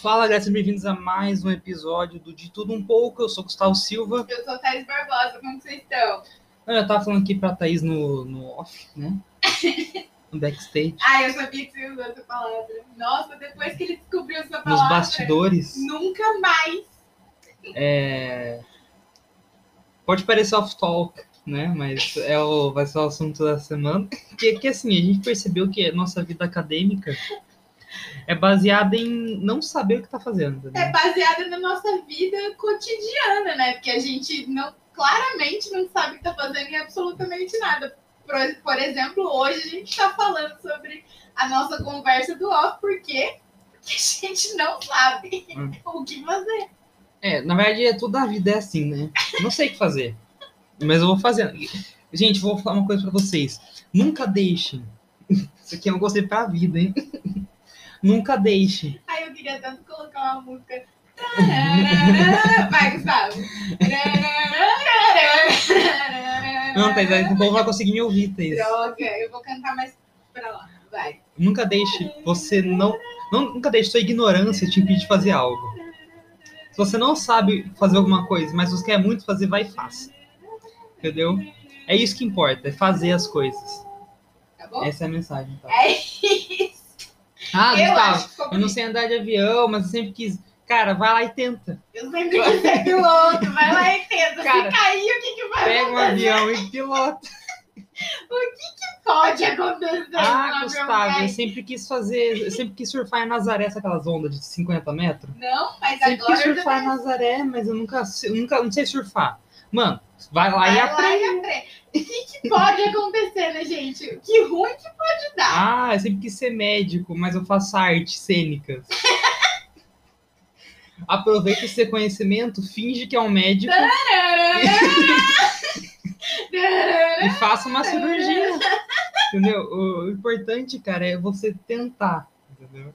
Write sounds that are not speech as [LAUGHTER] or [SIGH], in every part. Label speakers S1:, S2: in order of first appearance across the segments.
S1: Fala, galera, sejam bem-vindos a mais um episódio do De Tudo Um Pouco. Eu sou Gustavo Silva. Ah,
S2: Eu sou a Thais Barbosa, como que vocês estão?
S1: Eu já tava falando aqui pra Thaís no, no off, né? No backstage,
S2: Ai, Ah, eu sabia que você usou essa palavra. Nossa, depois que ele descobriu essa
S1: nos
S2: palavra,
S1: bastidores.
S2: nunca mais.
S1: É... Pode parecer off-talk, né? Mas é o... vai ser o assunto da semana. Que, que assim, a gente percebeu que a nossa vida acadêmica é baseada em não saber o que tá fazendo. entendeu?
S2: É baseada na nossa vida cotidiana, né? Porque a gente não, claramente não sabe o que tá fazendo em absolutamente nada. Por, por exemplo, hoje a gente tá falando sobre a nossa conversa do off, por quê? Porque a gente não sabe
S1: Hum.
S2: [LAUGHS] o que fazer.
S1: É, na verdade, é toda a vida é assim, né? Não sei o que fazer, mas eu vou fazendo. Gente, vou falar uma coisa pra vocês. Nunca deixem. Isso aqui eu não gostei pra vida, hein? Nunca deixem.
S2: Ai, eu queria tanto colocar uma música. Tararara. Vai, Gustavo. Tararara.
S1: Não, Thaís, aí o povo vai conseguir me ouvir, Thaís.
S2: Droga, eu vou cantar mais pra lá. Vai.
S1: Nunca deixe. Você não, não. Nunca deixe sua ignorância te impedir de fazer algo. Se você não sabe fazer alguma coisa, mas você quer muito fazer, vai e faça. Entendeu? É isso que importa, é fazer as coisas.
S2: Tá bom?
S1: Essa é a mensagem, tá?
S2: É isso.
S1: Ah,
S2: eu
S1: Gustavo.
S2: acho que ficou
S1: Eu não
S2: bonito.
S1: sei andar de avião, mas eu sempre quis. Cara, vai lá e tenta.
S2: Eu sempre quis ser piloto. é Vai lá e tenta.
S1: Cara,
S2: Se cair, o que, que vai
S1: Pega um avião e pilota.
S2: Pode acontecer.
S1: Ah,
S2: não,
S1: Gustavo, eu sempre quis fazer. Eu sempre quis surfar em Nazaré, sabe aquelas ondas de 50 metros.
S2: Não, mas
S1: Sempre quis
S2: agora eu
S1: surfar em Nazaré, mas eu nunca, eu nunca não sei surfar. Mano, vai lá
S2: Vai
S1: e
S2: lá
S1: aprende.
S2: e aprende. O que, que pode acontecer, né, gente? Que ruim que pode
S1: Ah,
S2: dar.
S1: eu sempre quis ser médico, mas eu faço artes
S2: [LAUGHS]
S1: cênicas. Aproveita esse conhecimento, finge que é um médico [LAUGHS] e faça uma cirurgia. Entendeu? O importante, cara, é você tentar. Entendeu?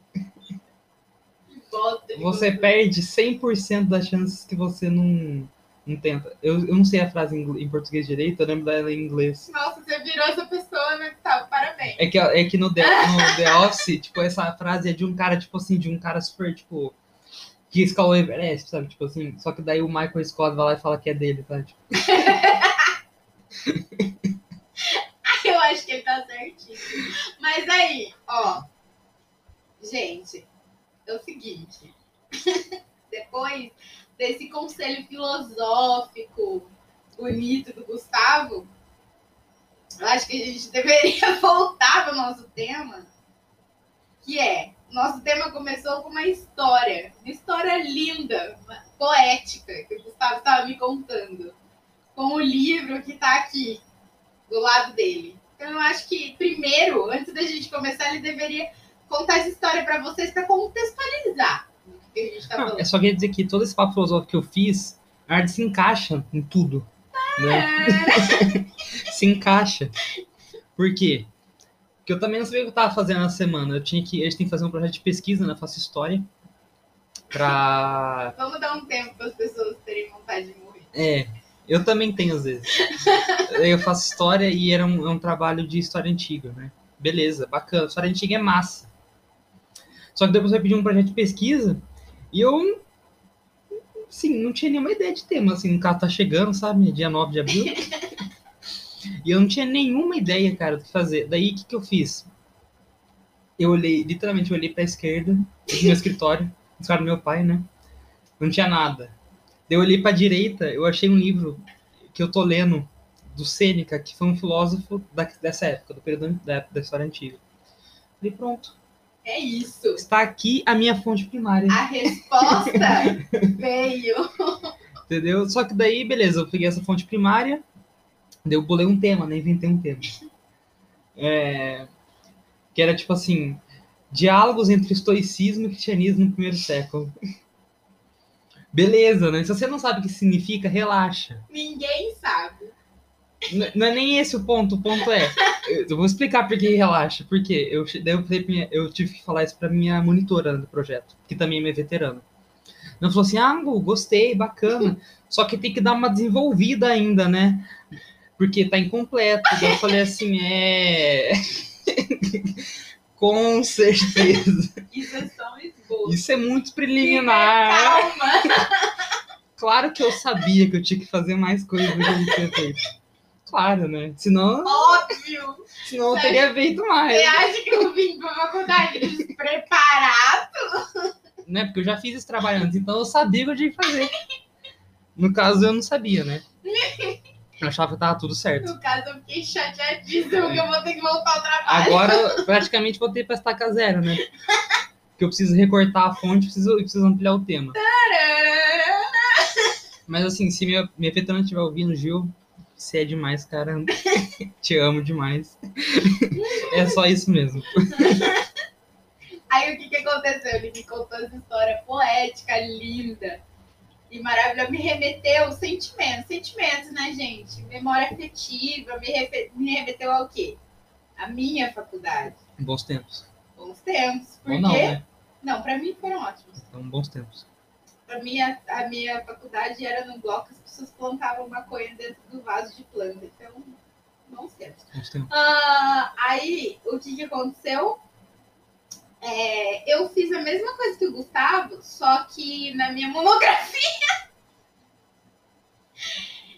S2: Bosta de
S1: Você perde 100% das chances que você não, não tenta. Eu, eu não sei a frase em, ingl- em português direito, eu lembro dela em inglês.
S2: Nossa, você virou essa pessoa, né, Gustavo? Parabéns.
S1: É que, é que no, The, no The Office, tipo, essa frase é de um cara, tipo assim, de um cara super, tipo, que escalou o Everest, sabe? Tipo assim, só que daí o Michael Scott vai lá e fala que é dele, sabe? Tipo,
S2: [LAUGHS] Eu acho que ele tá certinho. Mas aí, ó. Gente, é o seguinte. Depois desse conselho filosófico bonito do Gustavo, eu acho que a gente deveria [LAUGHS] voltar pro nosso tema, que é. Nosso tema começou com uma história, uma história linda, uma- poética, que o Gustavo estava me contando, com o livro que está aqui, do lado dele. Então eu acho que primeiro, antes da gente começar, ele deveria contar essa história pra vocês pra contextualizar o que a gente tá
S1: não,
S2: falando.
S1: é só queria dizer que todo esse papo filosófico que eu fiz, a arte se encaixa em tudo. Né? se encaixa. Por quê? Porque eu também não sabia o que eu tava fazendo na semana. Eu tinha que, a gente tem que fazer um projeto de pesquisa, né? Eu faço história. Pra.
S2: Vamos dar um tempo para as pessoas terem vontade de morrer.
S1: É. Eu também tenho, às vezes. Eu faço história e era um, é um trabalho de história antiga, né? Beleza, bacana. História antiga é massa. Só que depois eu pedi um projeto de pesquisa e eu. Sim, não tinha nenhuma ideia de tema, assim, o carro tá chegando, sabe? Dia 9 de abril. E eu não tinha nenhuma ideia, cara, do que fazer. Daí, o que, que eu fiz? Eu olhei, literalmente, eu olhei pra esquerda do meu escritório, do escritório do meu pai, né? Não tinha nada. Daí eu olhei pra direita, eu achei um livro que eu tô lendo, do Sêneca, que foi um filósofo da- dessa época, do período an- da, época da história antiga. Falei, pronto,
S2: É isso.
S1: está aqui a minha fonte primária,
S2: A resposta veio.
S1: entendeu? Só que daí, beleza, eu peguei essa fonte primária, daí eu bolei um tema, né? Inventei um tema. É, que era tipo assim, diálogos entre estoicismo e cristianismo no primeiro século. [LAUGHS] Beleza, né? Se você não sabe o que significa, relaxa.
S2: Ninguém sabe.
S1: N- Não é nem esse o ponto, o ponto é. Eu vou explicar por que relaxa. Porque eu, che- daí eu, falei pra minha- eu tive que falar isso pra minha monitora do projeto, que também é minha veterana. Ela falou assim: ah, Gu, gostei, bacana. Só que tem que dar uma desenvolvida ainda, né? Porque tá incompleto. Daí eu falei assim: é. [LAUGHS] Com certeza.
S2: Isso é só um esboço.
S1: Isso é muito
S2: Viver
S1: preliminar.
S2: calma.
S1: Claro que eu sabia que eu tinha que fazer mais coisas do que eu tinha feito. Claro, né? Senão,
S2: Óbvio.
S1: senão eu teria feito
S2: Você
S1: mais.
S2: acha que eu vim pra faculdade despreparado?
S1: Né? Porque eu já fiz esse trabalho antes, então eu sabia que eu tinha que fazer. No caso, eu não sabia, né? Eu achava que tava tudo certo.
S2: No caso, eu fiquei chateadíssima que eu vou ter que voltar ao trabalho.
S1: Agora, eu praticamente, vou ter que prestar a zero, né? Porque eu preciso recortar a fonte e preciso, eu preciso ampliar o tema.
S2: Tarará.
S1: Mas assim, se minha, minha veterana estiver ouvindo, Gil, você é demais, cara. [LAUGHS] Te amo demais. é só isso mesmo.
S2: Aí o que, que aconteceu? Ele me contou essa história poética, linda e maravilhosa. Me remeteu sentimentos, sentimentos, né, gente? Memória afetiva, me, refe- me remeteu ao quê? A minha faculdade.
S1: Bons tempos.
S2: Bons tempos. Por
S1: Ou não,
S2: quê?
S1: né?
S2: Não, pra mim foram ótimos.
S1: Então, bons tempos.
S2: Pra mim, a, a minha faculdade era num bloco, as pessoas plantavam maconha dentro do vaso de planta. Então, bons tempos.
S1: Bons tempos.
S2: Ah, aí, o que, que aconteceu? É, eu fiz a mesma coisa que o Gustavo, só que na minha monografia. [LAUGHS]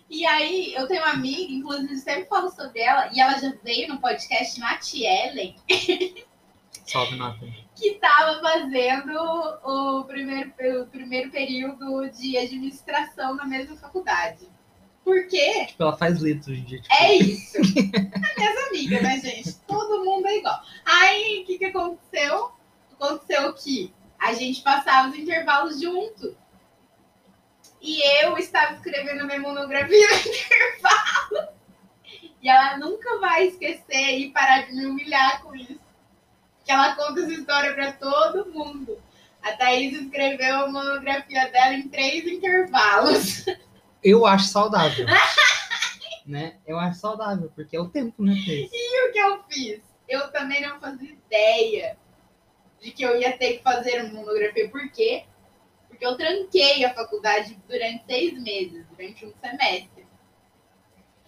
S2: E aí, eu tenho uma amiga, inclusive, sempre falo sobre ela, e ela já veio no podcast Nath Ellen,
S1: Salve, Nathan.
S2: que estava fazendo o primeiro, o primeiro período de administração na mesma faculdade. Por quê?
S1: Tipo, ela faz letra hoje em dia. Tipo,
S2: É isso. É minhas amigas, né, gente? Todo mundo é igual. Aí, o que, que aconteceu? Aconteceu que a gente passava os intervalos junto. E eu estava escrevendo a minha monografia no [LAUGHS] intervalo. E ela nunca vai esquecer e parar de me humilhar com isso. Que ela conta essa história para todo mundo. A Thaís escreveu a monografia dela em três intervalos.
S1: Eu acho
S2: [LAUGHS]
S1: saudável. né? Eu acho saudável, porque é o tempo, né? Cris?
S2: o que eu fiz? Eu também não fazia ideia de que eu ia ter que fazer uma monografia. Por quê? Porque eu tranquei a faculdade durante seis meses, durante um semestre.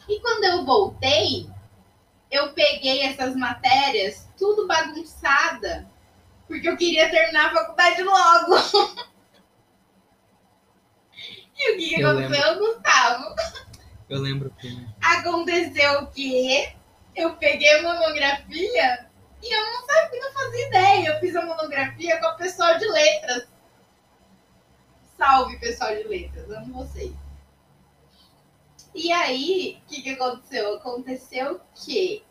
S2: E quando eu voltei, eu peguei essas matérias tudo bagunçada, porque eu queria terminar a faculdade logo. [LAUGHS] e o que, que
S1: Eu
S2: aconteceu, Gustavo?
S1: Eu lembro que. né?
S2: Aconteceu o quê? Eu peguei a monografia e eu não sabia, não fazia ideia. Eu fiz a monografia com o pessoal de letras. Salve, pessoal de letras, amo vocês. E aí, o que, que aconteceu? Aconteceu que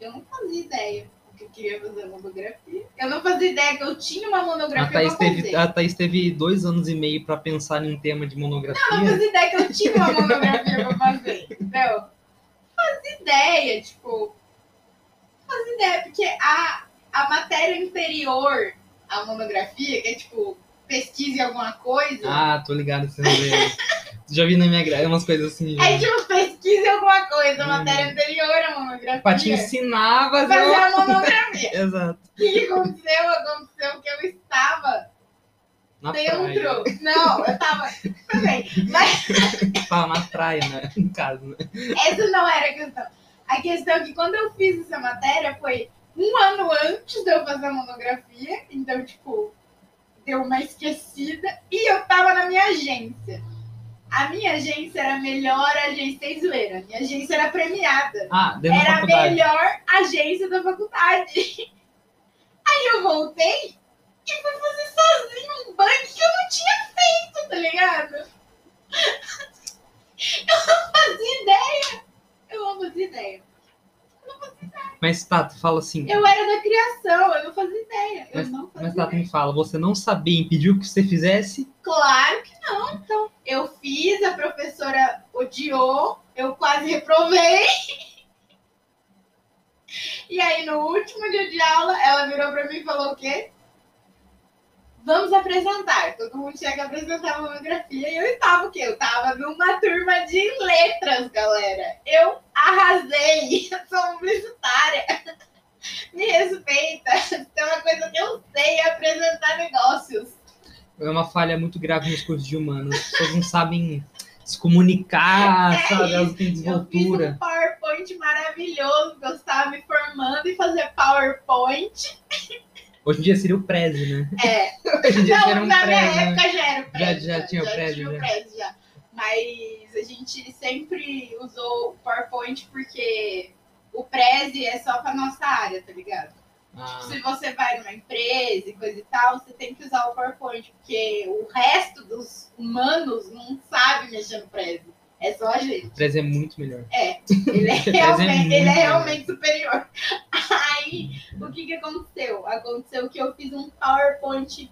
S2: eu não fazia ideia que eu queria fazer a monografia. Eu não fazia ideia que eu tinha uma
S1: A
S2: monografia
S1: Thaís,
S2: pra fazer.
S1: teve, a Thaís teve dois anos e meio pra pensar em um tema de
S2: Eu não
S1: monografia.
S2: fazia ideia que eu tinha uma monografia pra fazer, entendeu? Não fazia ideia, tipo. Não fazia ideia, porque a, a matéria anterior à monografia, que é tipo pesquisa em alguma coisa,
S1: Ah, tô ligado, você não lembra. Já vi na minha grade umas coisas assim. já.
S2: é tipo pesquisa em alguma coisa, a
S1: Hum.
S2: matéria anterior à monografia.
S1: Pra te ensinar a fazer
S2: fazer
S1: uma-
S2: a monografia.
S1: Exato.
S2: O que aconteceu? Aconteceu que eu estava
S1: Na praia.
S2: dentro. Não, eu estava. Também. Mas
S1: Tá, na praia, né? No caso, né?
S2: Essa não era a questão. A questão é que quando eu fiz essa matéria foi um ano antes de eu fazer a monografia, então, tipo, deu uma esquecida. E eu tava na minha agência. A minha agência era a melhor agência em zoeira. A minha agência era premiada.
S1: Ah, dentro da
S2: Era a
S1: faculdade.
S2: melhor agência da faculdade. [LAUGHS] Aí eu voltei e fui fazer sozinho um banco que eu não tinha feito, tá ligado? [LAUGHS] Eu não fazia ideia. Eu não fazia ideia.
S1: Mas Tato, fala assim.
S2: Eu era da criação, eu não fazia ideia. Eu não fazia
S1: Mas tá,
S2: ideia.
S1: Tato me fala, você não sabia, impediu que você fizesse?
S2: Claro que não. Então, eu fiz, a professora odiou, eu quase reprovei. [LAUGHS] E aí, no último dia de aula, ela virou pra mim e falou o quê? Vamos apresentar. Todo mundo tinha que apresentar a monografia. E eu estava o quê? Eu estava numa turma de letras, galera. Eu arrasei. [LAUGHS] Sou publicitária. [LAUGHS] Me respeita. Tem uma coisa que eu sei é apresentar negócios.
S1: É uma falha muito grave nos cursos de humanos. As pessoas não sabem se comunicar,
S2: É
S1: sabe?
S2: isso.
S1: Elas têm
S2: Eu fiz um
S1: desenvoltura.
S2: PowerPoint maravilhoso, que eu estava me formando em fazer PowerPoint.
S1: Hoje em dia seria o Prezi, né? [LAUGHS]
S2: É.
S1: Hoje em dia seria
S2: Não,
S1: um
S2: na
S1: Prezi,
S2: minha
S1: né?
S2: época já era o prédio.
S1: já tinha o prédio,
S2: tinha um
S1: né?
S2: prédio, já. Mas a gente sempre usou o PowerPoint porque o Prezi é só pra nossa área, tá ligado?
S1: Ah,
S2: Se você vai numa empresa e coisa e tal, você tem que usar o PowerPoint, porque o resto dos humanos não sabe mexer no Prezi. É só a gente.
S1: o Prezi é muito melhor.
S2: [LAUGHS] Ele é
S1: Esse
S2: realmente,
S1: desenho é
S2: ele é
S1: muito
S2: realmente superior. Aí, o que que aconteceu? Aconteceu que eu fiz um PowerPoint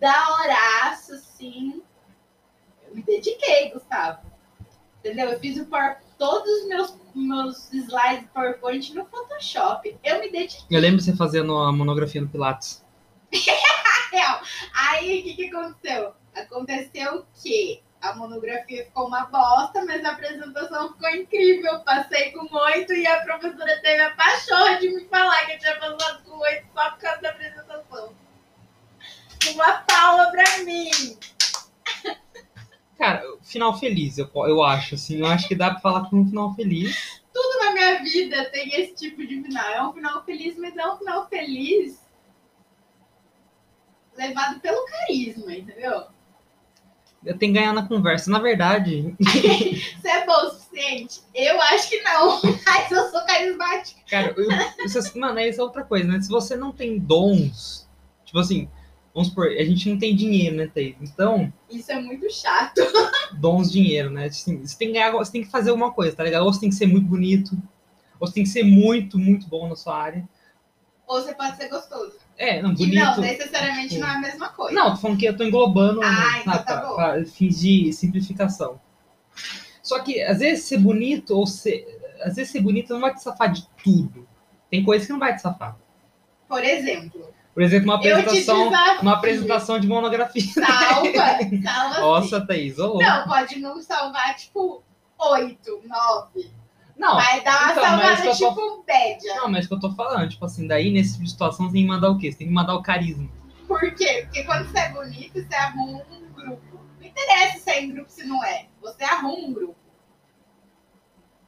S2: da horaço, assim. Eu me dediquei, Gustavo. Entendeu? Eu fiz o power... todos os meus, meus slides do PowerPoint no Photoshop. Eu me dediquei.
S1: Eu lembro você fazendo a monografia no Pilates.
S2: real. Aí, o que, que aconteceu? Aconteceu que a monografia ficou uma bosta, mas a apresentação ficou incrível. Eu Passei com oito e a professora teve a paixão de me falar que eu tinha passado com oito só por causa da apresentação. Uma palma pra mim!
S1: Cara, final feliz, eu, eu acho, assim. Eu acho que dá pra falar que foi um final feliz.
S2: Tudo na minha vida tem esse tipo de final. É um final feliz, mas é um final feliz levado pelo carisma, entendeu?
S1: Eu tenho que ganhar na conversa. Na verdade,
S2: Você é bom o suficiente? Eu acho que não, [LAUGHS] mas eu sou carismática.
S1: Cara, eu, essas- mano, essa é outra coisa, né? Se você não tem dons, tipo assim, vamos supor, a gente não tem dinheiro, né, Thaís? Então,
S2: Isso é muito chato.
S1: dons, dinheiro, né? Assim, você, tem que ganhar, você tem que fazer alguma coisa, tá ligado? Ou você tem que ser muito bonito, ou você tem que ser muito, muito bom na sua área.
S2: Ou você pode ser gostoso.
S1: É, não,
S2: Que
S1: bonito.
S2: não, necessariamente não é a mesma coisa.
S1: Não, tô falando que eu tô englobando
S2: Ah, então
S1: sabe,
S2: tá
S1: pra-
S2: bom.
S1: pra fins de simplificação. Só que, às vezes, ser bonito ou ser. Às vezes, ser bonito não vai te safar de tudo. Tem coisa que não vai te safar.
S2: Por exemplo,
S1: Por exemplo, uma
S2: eu te
S1: apresentação.
S2: desafio.
S1: Uma apresentação de
S2: [LAUGHS]
S1: monografia.
S2: Salva,
S1: [LAUGHS]
S2: salva
S1: Nossa, Thaís, ô
S2: sim.
S1: louco.
S2: Não, pode não salvar, tipo, oito, nove.
S1: Não,
S2: Vai dar uma
S1: então, mas
S2: salvada,
S1: eu tô-
S2: tipo, média.
S1: não, mas é o que eu tô falando, tipo assim, daí nesse tipo de situação você tem que mandar o quê? Você tem que mandar o carisma.
S2: Por quê? Porque quando você é bonito, você arruma um grupo. Não interessa se é em grupo, se não é. Você arruma um grupo.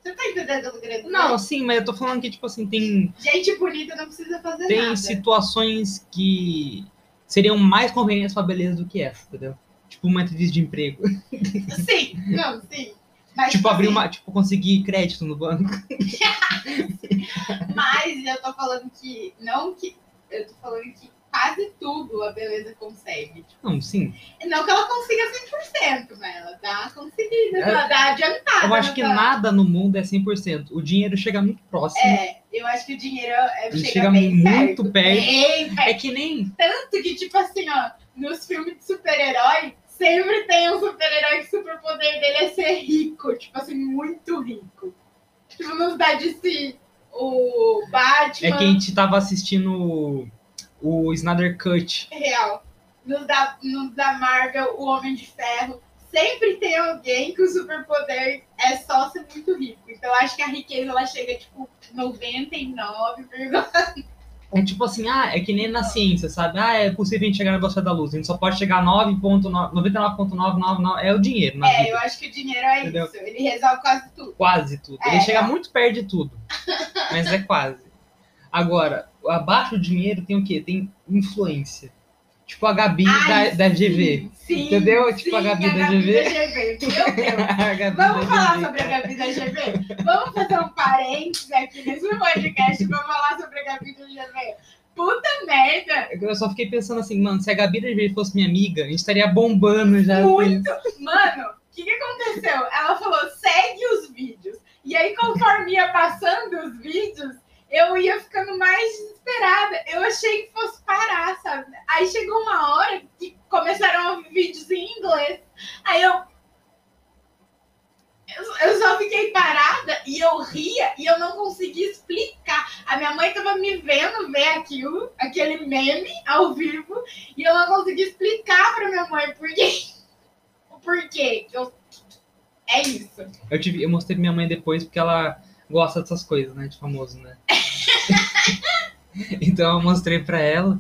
S2: Você tá entendendo o que eu tô querendo dizer?
S1: Não, sim, mas eu tô falando que, tipo assim, tem,
S2: Gente bonita não precisa fazer
S1: tem
S2: nada.
S1: situações que seriam mais convenientes pra beleza do que essa, entendeu? Tipo uma entrevista de emprego.
S2: [LAUGHS] Sim, não, sim.
S1: [LAUGHS]
S2: Mas,
S1: tipo, abrir
S2: assim,
S1: uma. Tipo, conseguir crédito no banco.
S2: Mas eu tô falando que. Não que. Eu tô falando que quase tudo a beleza consegue. Tipo,
S1: Não, sim.
S2: Não que ela consiga 100%, mas ela dá uma conseguida, ela dá uma adiantada.
S1: É.
S2: tá?
S1: Eu acho que
S2: nessa-
S1: nada no mundo é 100%. O dinheiro chega muito próximo.
S2: É, eu acho que o dinheiro é,
S1: Ele
S2: chega,
S1: chega
S2: bem
S1: muito
S2: perto.
S1: perto.
S2: Bem perto.
S1: É que nem.
S2: Tanto que, tipo assim, ó, nos filmes de super-herói, sempre tem um super-herói que o superpoder dele é ser rico, tipo assim, muito rico. Tipo, nos dá de si o
S1: É
S2: Batman
S1: que a gente tava assistindo o, o Snyder Cut.
S2: é real. Nos da, nos da Marvel, o Homem de Ferro. Sempre tem alguém que o superpoder é só ser muito rico. Então, eu acho que a riqueza, ela chega, tipo, 99,
S1: É tipo assim, ah, é que nem na ciência, sabe? Ah, é possível a gente chegar na velocidade da luz. A gente só pode chegar a 9.9 99.999 é o dinheiro na
S2: É,
S1: vida.
S2: eu acho que o dinheiro é
S1: Entendeu?
S2: isso. Ele resolve quase tudo.
S1: Quase tudo. Ele
S2: É,
S1: chega
S2: é.
S1: muito perto de
S2: [LAUGHS]
S1: tudo. Mas é quase. Agora, abaixo do dinheiro tem o quê? Tem influência. Tipo a Gabi
S2: Ai,
S1: da, da GV.
S2: Sim, sim, é
S1: Entendeu? Tipo a Gabi da GV.
S2: GV, meu Deus.
S1: [LAUGHS] A Gabi
S2: Vamos
S1: da
S2: falar
S1: GV.
S2: sobre a Gabi da GV? Vamos fazer um parênteses aqui nesse podcast pra falar sobre a Gabi da GV. Puta merda!
S1: Eu só fiquei pensando assim, mano, se a Gabi da GV fosse minha amiga, a gente estaria bombando já.
S2: Muito! Mano, o que, que aconteceu? Ela falou, segue os vídeos. E aí, conforme ia passando os vídeos, eu ia ficando mais desesperada. Eu achei que fosse parar, sabe? Aí chegou uma hora que começaram a vir vídeos em inglês. Aí eu. eu- Eu só fiquei parada e eu ria e eu não conseguia explicar. A minha mãe tava me vendo ver aquilo, aquele meme ao vivo, e eu não conseguia explicar pra minha mãe por quê. O porquê. que Eu... É isso.
S1: Eu, tive, eu mostrei pra minha mãe depois porque ela gosta dessas coisas, né? De famoso,
S2: [LAUGHS]
S1: né? então eu mostrei pra ela.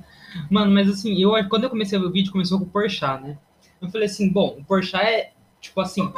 S1: Mano, mas assim, eu, quando eu comecei a ver o vídeo, começou com o Porchat, né? Eu falei assim, bom, o Porchat é Tipo assim.
S2: Amigo,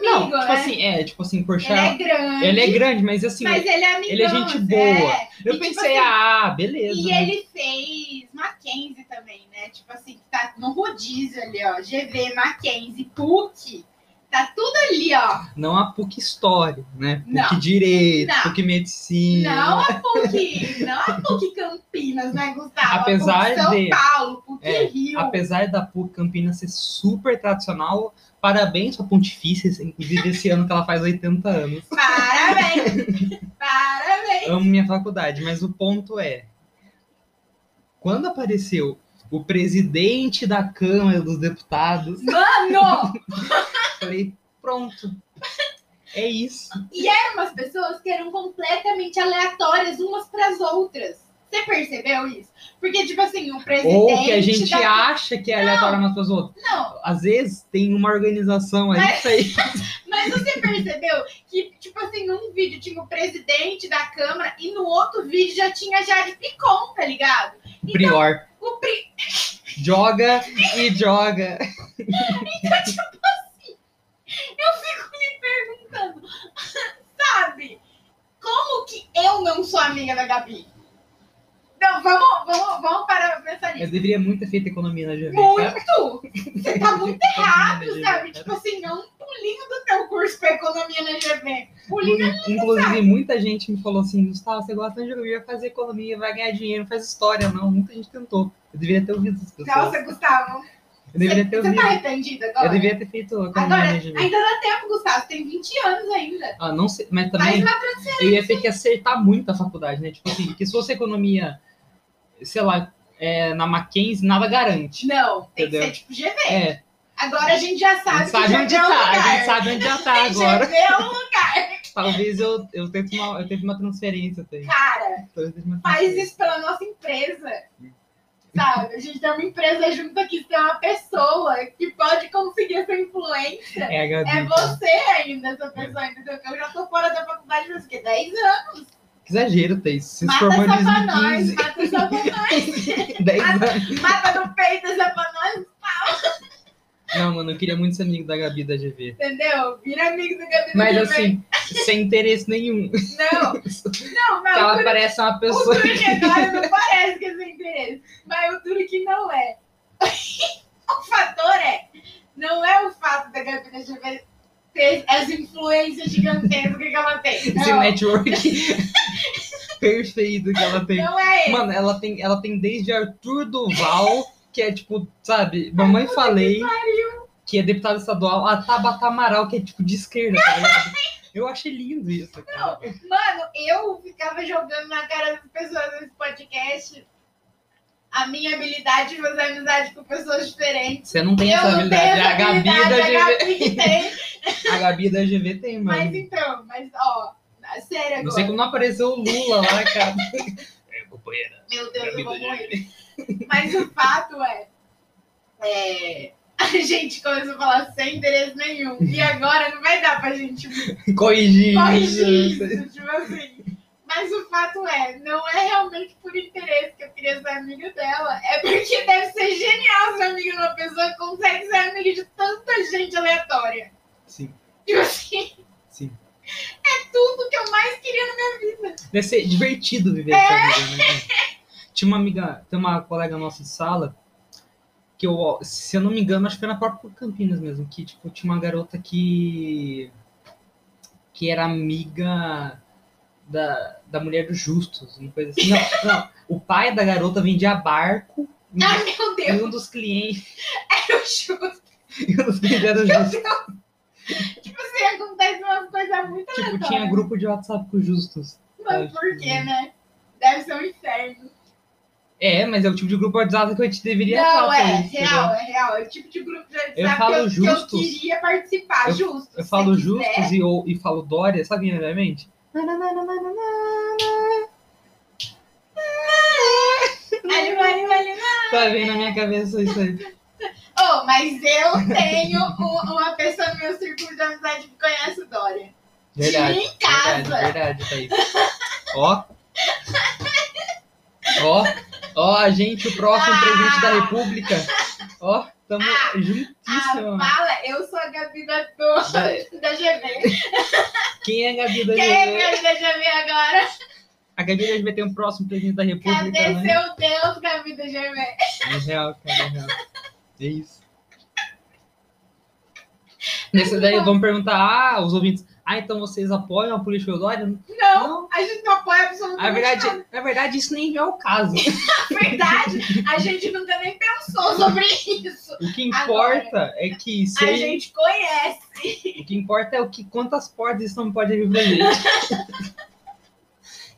S1: Não, tipo
S2: né?
S1: assim, é, tipo assim,
S2: Ele é
S1: Porchat.
S2: grande.
S1: Ele é grande, mas assim,
S2: Mas ele é amigão.
S1: ele é gente
S2: Zé.
S1: boa. eu
S2: e, tipo
S1: pensei,
S2: assim,
S1: ah, beleza.
S2: E
S1: né?
S2: ele fez Mackenzie também, né? Tipo assim, que tá no rodízio ali, ó. GV, Mackenzie, PUC. Tá tudo ali, ó.
S1: Não a PUC História, né? PUC
S2: Não.
S1: Direito,
S2: Não.
S1: PUC Medicina.
S2: Não a PUC, não a PUC Campinas, né, Gustavo?
S1: Apesar
S2: a PUC São
S1: de-
S2: Paulo, PUC
S1: É,
S2: Rio.
S1: Apesar da PUC Campinas ser super tradicional, parabéns à Pontifícia, inclusive esse ano que ela faz 80 anos.
S2: Parabéns! Parabéns!
S1: Amo minha faculdade, mas o ponto é: quando apareceu o presidente da Câmara dos Deputados,
S2: Mano!
S1: eu falei, pronto. É
S2: [LAUGHS]
S1: isso.
S2: Eram umas pessoas que eram completamente aleatórias umas pras outras. Você percebeu isso? Porque, tipo assim, o presidente.
S1: Ou que a gente
S2: da-
S1: acha que é aleatório umas pessoas outras.
S2: Não,
S1: Às vezes tem uma organização aí que
S2: [LAUGHS]
S1: aí.
S2: Mas você percebeu que, tipo assim, num vídeo tinha o presidente da Câmara e no outro vídeo já tinha a Jade Picon, tá ligado?
S1: Prior.
S2: O pri...
S1: Joga e joga.
S2: Eu fico me perguntando, [LAUGHS] sabe? Como que eu não sou amiga da Gabi? Não, vamos, vamos, vamos parar pra pensar
S1: Eu
S2: nisso.
S1: deveria muito ter feito economia na GV. cara.
S2: Muito! Você tá
S1: [LAUGHS]
S2: muito errado,
S1: Economia na
S2: sabe?
S1: GV,
S2: Tipo assim, é um pulinho do teu curso pra economia na GV. Pulinho
S1: Inclusive, muita gente me falou assim, Gustavo, você gosta de economia, vai fazer economia, vai ganhar dinheiro, não faz história, não. Muita gente tentou. Eu deveria ter ouvido as pessoas.
S2: Nossa, Gustavo.
S1: eu deveria ter
S2: Você
S1: ouvido.
S2: tá arrependido agora?
S1: Eu deveria ter feito economia
S2: Agora,
S1: na GV.
S2: ainda dá tempo, Gustavo. Tem 20 anos ainda.
S1: Ah, não sei, mas
S2: Mas
S1: também eu ia ter que acertar muito a faculdade, né? Tipo assim, que se fosse economia, sei lá, é, na Mackenzie, nada garante.
S2: Não, tem
S1: Entendeu?
S2: que ser tipo GV.
S1: É,
S2: Agora a gente já
S1: a
S2: sabe,
S1: gente sabe
S2: que
S1: onde
S2: GV é um
S1: tá, a
S2: lugar.
S1: gente sabe onde já tá agora.
S2: GV é um lugar.
S1: Talvez eu, eu tente uma, eu tente uma transferência. Tem.
S2: um Cara,
S1: Talvez eu tente uma
S2: faz
S1: transferência.
S2: isso pela nossa empresa. Sabe? A gente tem uma empresa junto aqui, tem uma pessoa que pode conseguir essa influência.
S1: É, Gabi,
S2: É
S1: cara.
S2: você ainda, essa pessoa, entendeu? Eu já tô fora da faculdade faz o quê? 10 anos.
S1: Que exagero, Thaís. Você se
S2: Mata
S1: formou em
S2: essa pra nós,
S1: 2015,
S2: mata essa pra nós.
S1: 10 anos.
S2: [LAUGHS] Mata no peito essa pra nós.
S1: Não, mano, eu queria muito ser amigo da Gabi da GV.
S2: Entendeu? Vira amigo do Gabi do
S1: Mas
S2: Gilberto.
S1: assim, sem interesse nenhum. Porque
S2: Não, não, mas
S1: ela
S2: o,
S1: parece uma
S2: Ah, o
S1: pessoa.
S2: duro que é nóis não parece que é sem interesse. Mas o duro que não é. [LAUGHS] o fator é, não é o fato da Gabi da Gilberto ter essa influência gigantesca que ela tem.
S1: Esse
S2: Não, [LAUGHS]
S1: network perfeito que ela tem.
S2: não é ele.
S1: Mano, ela tem, ela tem desde Arthur Duval, que é tipo, sabe, mamãe falei que é deputado estadual, a Tabata Amaral, que é tipo de esquerda, tá
S2: [LAUGHS]
S1: ligado? Eu achei lindo isso, cara.
S2: Mano, eu ficava jogando na cara das pessoas nesse podcast a minha habilidade de fazer amizade com pessoas diferentes.
S1: Você não tem
S2: eu
S1: essa
S2: não tenho
S1: habilidade. é
S2: essa
S1: A Gabi
S2: habilidade,
S1: da
S2: a
S1: GV.
S2: Gabi que
S1: [LAUGHS]
S2: tem.
S1: A Gabi da GV tem,
S2: Mas
S1: mano.
S2: então, mas ó, é sério agora.
S1: Não sei como não apareceu o Lula lá, cara. É, companheira.
S2: Meu Deus, eu vou
S1: Gabi da
S2: morrer. Mas o fato é, é, [LAUGHS] a gente começou a falar sem interesse nenhum. E agora não vai dar pra gente
S1: Corrigir.
S2: corrigir isso, tipo assim. Mas o fato é, não é realmente por interesse que eu queria ser amiga dela. É porque deve ser genial ser amiga de uma pessoa que consegue ser amiga de tanta gente aleatória.
S1: Sim,
S2: Tipo assim, é
S1: sim.
S2: tudo que eu mais queria na minha
S1: Deve ser divertido viver essa vida, né? Tinha uma amiga, tem uma colega nossa de sala, que eu, se eu não me engano, acho que foi na própria Campinas mesmo, que tipo, tinha uma garota que. que era amiga da, da mulher do Justus, uma coisa assim. Não, não. O pai da garota vendia barco e
S2: Ai, meu
S1: e
S2: Deus,
S1: um dos clientes. [LAUGHS]
S2: eu juro.
S1: E um dos clientes era o Justus.
S2: Tipo assim, acontece umas coisas muito
S1: Tipo,
S2: aleatórias.
S1: tinha grupo de WhatsApp com o Justus.
S2: Mas por quê, né? Deve ser um inferno.
S1: É, mas é o tipo de grupo WhatsApp que a gente deveria
S2: Não,
S1: pra
S2: é
S1: isso, né?
S2: real, é real. É o tipo de grupo de
S1: Eu
S2: WhatsApp
S1: falo
S2: que, eu- que eu
S1: justos.
S2: queria participar,
S1: Eu-
S2: justo.
S1: Eu
S2: se
S1: falo
S2: quiser.
S1: justos e, ou- e falo Dória, sabe na minha mente?
S2: Vale, vale, vale, vale.
S1: Tá vendo na minha cabeça isso
S2: [LAUGHS]
S1: aí.
S2: Oh, mas eu tenho um- uma pessoa no meu círculo de amizade que conhece o Dória.
S1: Verdade.
S2: Tinha em casa.
S1: Verdade, verdade, Thaís. Ó. Ó. Ó, a gente, o próximo
S2: Ah.
S1: presidente da República. Ó. Tamo
S2: Ah, Ah,
S1: juntíssimo.
S2: fala, eu sou a Gabi da, do-
S1: Da-
S2: da GV.
S1: Quem é a Gabi da
S2: Quem é
S1: GV?
S2: a Gabi da GV agora?
S1: A Gabi da GV tem um próximo presidente da República,
S2: Cadê
S1: né?
S2: seu Deus, Gabi da GV?
S1: É real, cara, é real. É isso.
S2: então
S1: Nesse
S2: tá.
S1: daí vão perguntar, ah, os ouvintes, ah, então vocês apoiam a política do Dória?
S2: Não,
S1: Não.
S2: a gente não apoia absolutamente
S1: Na verdade, na verdade, isso nem é o
S2: [LAUGHS]
S1: caso.
S2: Na verdade, a gente nunca nem pensou sobre isso.
S1: O que
S2: Agora.
S1: importa é que se
S2: A
S1: ele-
S2: gente conhece.
S1: o que importa é o que quantas portas isso não pode abrir pra gente.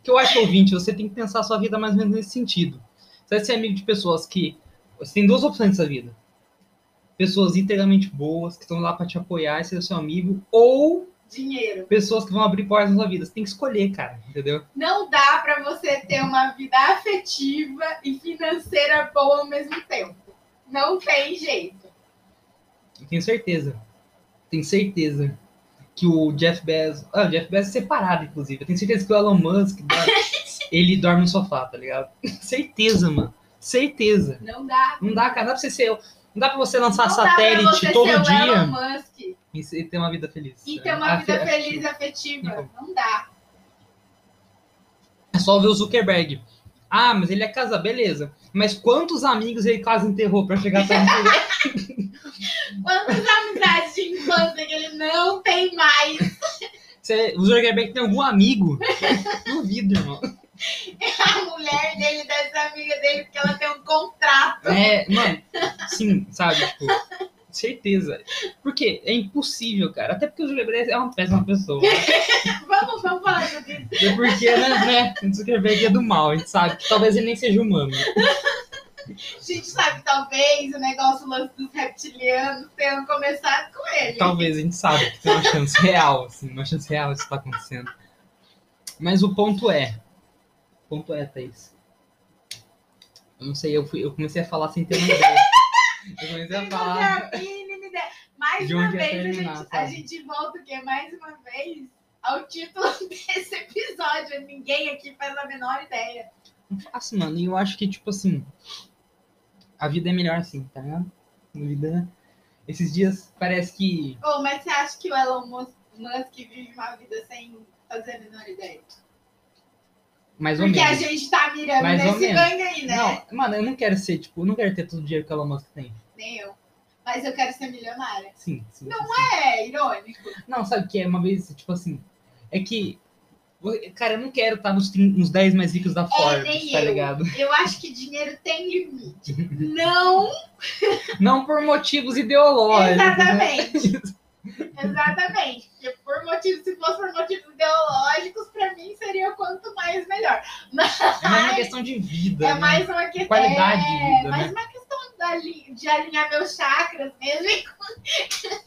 S1: que eu acho, ouvinte, você tem que pensar a sua vida mais ou menos nesse sentido. Você vai ser amigo de pessoas que. Você tem duas opções nessa vida. Pessoas inteiramente boas, que estão lá pra te apoiar e ser seu amigo, ou
S2: Dinheiro.
S1: pessoas que vão abrir portas na sua vida. Você tem que escolher, cara, entendeu?
S2: Não dá pra você ter uma vida afetiva e financeira boa ao mesmo tempo. Não tem jeito.
S1: Eu tenho certeza. Tenho certeza que o Jeff Bezos. Ah, o Jeff Bezos é separado, inclusive. Eu tenho certeza que o Elon Musk
S2: [LAUGHS]
S1: dá- ele dorme no sofá, tá ligado? [LAUGHS] certeza, mano. Certeza.
S2: Não dá.
S1: Não dá, cara. Não dá pra você ser. Não dá pra você lançar
S2: não
S1: satélite
S2: dá pra você
S1: todo
S2: ser o
S1: dia
S2: Elon Musk
S1: e se- e ter uma vida feliz.
S2: e
S1: né?
S2: ter uma vida
S1: Afe-
S2: feliz e afetiva. Não dá.
S1: É só ver o Zuckerberg. Ah, mas ele é casa, beleza. Mas quantos amigos ele quase enterrou pra chegar até onde
S2: [LAUGHS]
S1: chegou?
S2: Quantas amizades de infância que ele não tem mais? [LAUGHS]
S1: Você- O Zuckerberg tem algum amigo? [LAUGHS] Duvido, irmão.
S2: A mulher dele deve ser amiga dele porque ela tem um contrato.
S1: É, mano, sim, sabe? Tipo, certeza. Porque é impossível, cara. Até porque o Zuckerberg é uma péssima pessoa.
S2: Vamos, vamos falar sobre isso.
S1: É porque, né, né? O Zuckerberg é do mal, a gente sabe. Que talvez ele nem seja humano.
S2: A gente sabe, talvez, o negócio o lance dos reptilianos tenha começado com ele.
S1: Talvez a gente sabe que tem uma chance real, assim, uma chance real disso tá acontecendo. Mas o ponto é. O ponto é, Thaís. Eu não sei, eu, fui, eu comecei a falar sem ter uma ideia. Eu comecei a
S2: Não
S1: falar.
S2: fazia a mínima ideia. Mais
S1: De
S2: uma
S1: onde ia
S2: vez,
S1: terminar,
S2: a, gente, a
S1: sabe?
S2: gente volta o quê? Mais uma vez ao título [LAUGHS] desse episódio. Ninguém aqui faz a menor ideia.
S1: Assim, mano, e eu acho que, tipo assim, a vida é melhor assim, tá ligado? A vida. Esses dias parece que.
S2: Oh, mas você acha que o Elon Mus- Musk vive uma vida sem fazer a menor ideia?
S1: Mais ou
S2: Porque a
S1: menos.
S2: gente tá mirando
S1: Mais ou
S2: nesse
S1: menos.
S2: gangue aí, né?
S1: Não, mano, eu não quero ser, tipo, eu não quero ter todo o dinheiro que o Elon Musk tem.
S2: Nem eu. Mas eu quero ser milionária.
S1: Sim, sim.
S2: Não
S1: sim.
S2: É irônico.
S1: Não, sabe o que é? Uma vez, tipo assim, é que. Cara, eu não quero estar nos, 30 nos 10 mais ricos da Forbes,
S2: É, nem
S1: tá
S2: eu.
S1: ligado?
S2: Eu acho que dinheiro tem limite.
S1: [LAUGHS]
S2: Não
S1: Não por motivos ideológicos. né?
S2: Exatamente. Exatamente. Porque por motivos, se fosse por motivos ideológicos, pra mim seria quanto mais melhor.
S1: É mais
S2: [LAUGHS]
S1: uma questão de vida.
S2: É
S1: né?
S2: mais uma questão.
S1: Qualidade de
S2: é,
S1: vida,
S2: mais
S1: né?
S2: uma questão da li- de alinhar meus chakras mesmo. e com-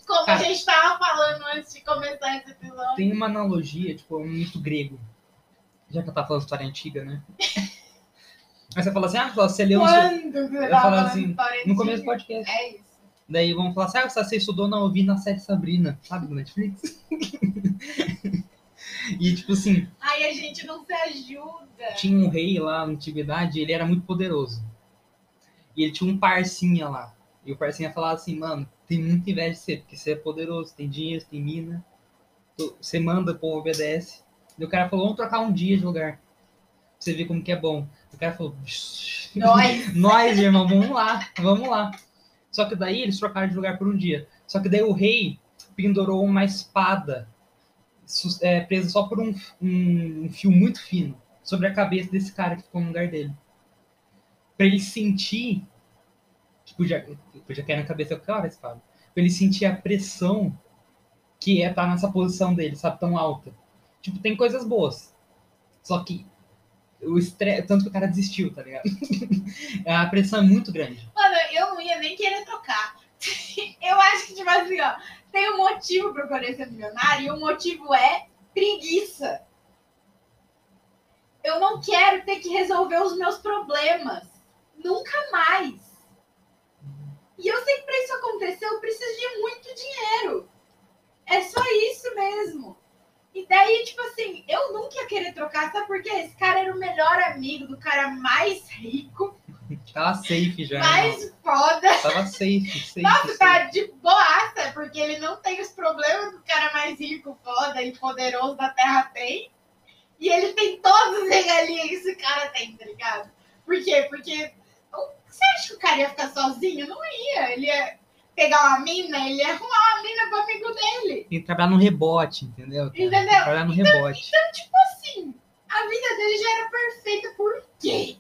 S2: [LAUGHS] Como
S1: Cara.
S2: a gente tava falando antes de começar esse episódio.
S1: Tem uma analogia, tipo, um mito grego. Já que eu tava falando história antiga, né? Aí você fala assim, ah, Cláudio, você leu... no seu-
S2: Quando você
S1: eu
S2: tava
S1: falo
S2: falando
S1: assim,
S2: história
S1: No começo do
S2: antiga?
S1: podcast.
S2: É isso.
S1: Daí vão falar assim, ah, você estudou na ouvi na série Sabrina, sabe, do Netflix? [LAUGHS] e, tipo assim,
S2: Aí a gente não se ajuda.
S1: tinha um rei lá na antiguidade, ele era muito poderoso. E ele tinha um parcinha lá. E o parcinha falava assim, mano, tem muita inveja de você, porque você é poderoso, tem dinheiro, tem mina, tu- você manda, o povo obedece. E o cara falou, vamos trocar um dia de lugar. Pra você ver como que é bom. O cara falou, [LAUGHS]
S2: Nós.
S1: nós, irmão, vamos lá, vamos lá. Só que daí eles trocaram de lugar por um dia. Só que daí o rei pendurou uma espada sus- é, presa só por um, um fio muito fino sobre a cabeça desse cara que ficou no lugar dele. Pra ele sentir. tipo, que Podia, podia cair na cabeça qualquer hora a espada. Pra ele sentir a pressão que é estar nessa posição dele, sabe? Tão alta. Tipo, tem coisas boas. Só que. O estresse. Tanto que o cara desistiu, tá ligado? [LAUGHS] A pressão é muito grande.
S2: Mano, eu não ia nem querer tocar. [LAUGHS] Eu acho que, tipo assim, ó, tem um motivo pra eu querer ser milionário e o motivo é preguiça. Eu não quero ter que resolver os meus problemas. Nunca mais. E eu sei que pra isso acontecer, eu preciso de muito dinheiro. É só isso mesmo. E daí, tipo assim, eu nunca ia querer trocar, sabe por quê? Esse cara era o melhor amigo do cara mais rico
S1: Tava safe já. irmão.
S2: Mas foda,
S1: Tava
S2: [LAUGHS]
S1: safe, safe.
S2: nossa,
S1: safe.
S2: tá de boaça, porque ele não tem os problemas que o cara mais rico, foda e poderoso da Terra tem. E ele tem todas as regalias que esse cara tem, tá ligado? Por quê? Porque o- você acha que o cara ia ficar sozinho? Não ia. Ele ia pegar uma mina, ele ia arrumar uma mina pro amigo dele.
S1: Tem que trabalhar no rebote, entendeu? cara? Tem que
S2: Entendeu?
S1: Trabalhar no rebote.
S2: tipo assim, a vida dele já era perfeita, por quê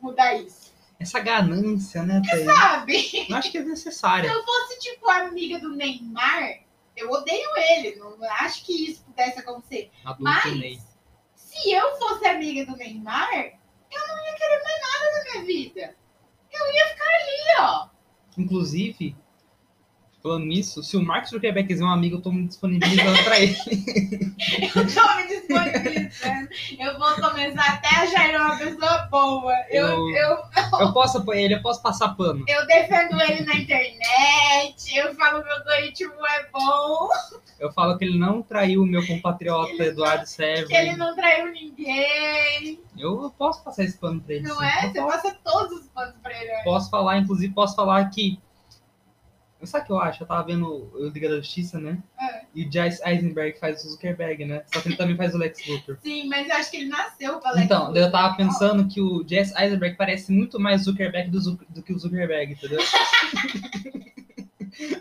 S2: mudar isso?
S1: Essa ganância, né, Thaís?
S2: Sabe?
S1: Eu acho que é
S2: Se
S1: necessária.
S2: eu fosse, tipo, amiga do Neymar, eu odeio ele, não acho que isso pudesse acontecer.
S1: Adulto Ney.
S2: Mas, se eu fosse amiga do Neymar, eu não ia querer mais nada da minha vida. Eu ia ficar ali, ó. [LAUGHS]
S1: Inclusive, falando nisso, se o Mark Zuckerberg quiser um amigo, eu tô me disponibilizando pra
S2: [LAUGHS]
S1: ele.
S2: Eu tô me disponibilizando. Eu vou começar até a já ir uma pessoa boa. Eu,
S1: Eu-
S2: eu
S1: Eu posso apoiar ele, eu posso passar pano.
S2: Eu defendo ele na internet, eu falo que o algoritmo é bom,
S1: Eu falo que ele não traiu o meu compatriota
S2: Ele não-
S1: Eduardo
S2: que ele
S1: Sever.
S2: não traiu ninguém,
S1: Eu posso passar esse pano pra ele.
S2: não
S1: sim.
S2: é?
S1: Eu
S2: Você passa todos os panos pra ele. né?
S1: Posso falar, inclusive, posso falar que. Sabe o que eu acho? Eu tava vendo o Liga da Justiça, né?
S2: É.
S1: E o Jesse Eisenberg faz o Zuckerberg, né? Só que ele também faz o Lex Luthor.
S2: Sim, mas eu acho que ele nasceu pra Lex
S1: então,
S2: Luthor.
S1: daí eu tava pensando que o Jesse Eisenberg parece muito mais Zuckerberg do, Zuc- do que o Zuckerberg,
S2: [LAUGHS]
S1: entendeu? [LAUGHS]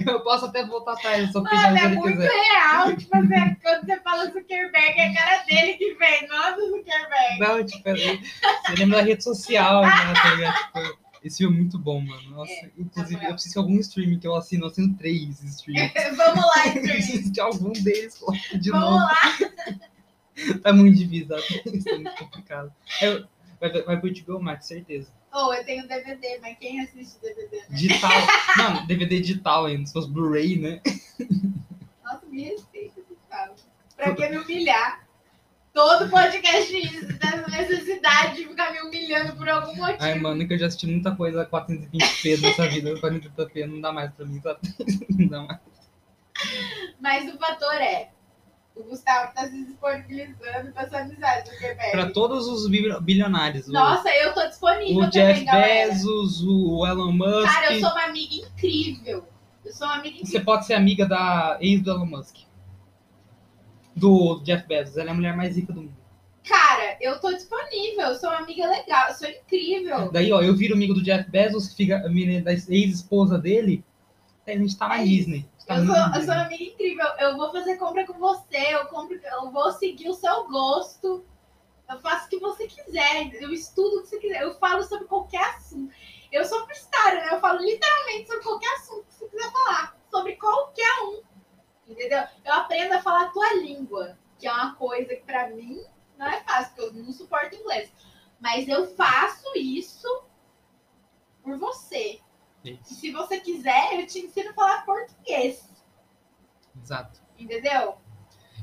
S1: eu posso até voltar atrás, só pegar
S2: Mano,
S1: se
S2: é
S1: ele
S2: muito
S1: quiser.
S2: real, tipo assim, quando você fala Zuckerberg, é a cara dele que vem, não é do Zuckerberg.
S1: Não, tipo, eu- você lembra da rede social, né? tá ligado? Tipo, esse filme é muito bom, mano. Nossa, inclusive,
S2: moral.
S1: eu preciso de algum streaming que eu assino, eu assino três
S2: [LAUGHS]
S1: streams.
S2: Vamos lá,
S1: Eu
S2: Stream.
S1: preciso de algum deles coloca de
S2: Vamos
S1: novo.
S2: lá.
S1: Tá muito divisado, isso é muito complicado. Eu- vai, vai, vai pro HBO Max, certeza.
S2: Ou eu tenho um DVD, mas quem assiste DVD? né?
S1: Digital. Não, DVD digital ainda, se fosse Blu-ray, né?
S2: Nossa, me respeita, Gustavo. Pra que me humilhar? Todo podcast isso, dessa necessidade de ficar me humilhando por algum motivo.
S1: Ai, mano, que eu já assisti muita coisa a 420p nessa vida, 40p não dá mais pra mim, sabe? [LAUGHS] Não dá mais.
S2: Mas o fator é, o Gustavo tá se disponibilizando pra sua amizade, Zuckerberg.
S1: Pra todos os bi- bilionários. o-
S2: Nossa, eu tô disponível
S1: o
S2: também,
S1: Jeff
S2: galera.
S1: Bezos, o Elon Musk.
S2: Cara, eu sou uma amiga incrível. Eu sou uma amiga
S1: Você
S2: incrível.
S1: pode ser amiga da ex do Elon Musk. Do Jeff Bezos. Ela é a mulher mais rica do mundo.
S2: Cara, eu tô disponível, eu sou uma amiga legal, eu sou incrível.
S1: Daí, ó, eu viro amigo do Jeff Bezos, que fica a menina da ex-esposa dele. Daí a gente tá na
S2: É
S1: Disney. Tá
S2: Eu
S1: na
S2: sou, eu
S1: Disney.
S2: sou uma amiga incrível. Eu vou fazer compra com você. Eu compro, eu vou seguir o seu gosto. Eu faço o que você quiser. Eu estudo o que você quiser. Eu falo sobre qualquer assunto. Eu sou freestyle, né? Eu falo literalmente sobre qualquer assunto que você quiser falar. Sobre qualquer um. Entendeu? Eu aprendo a falar a tua língua. Que é uma coisa que pra mim não é fácil, porque eu não suporto inglês. Mas eu faço isso por você. E
S1: Isso,
S2: se você quiser, eu te ensino a falar português.
S1: Exato.
S2: Entendeu?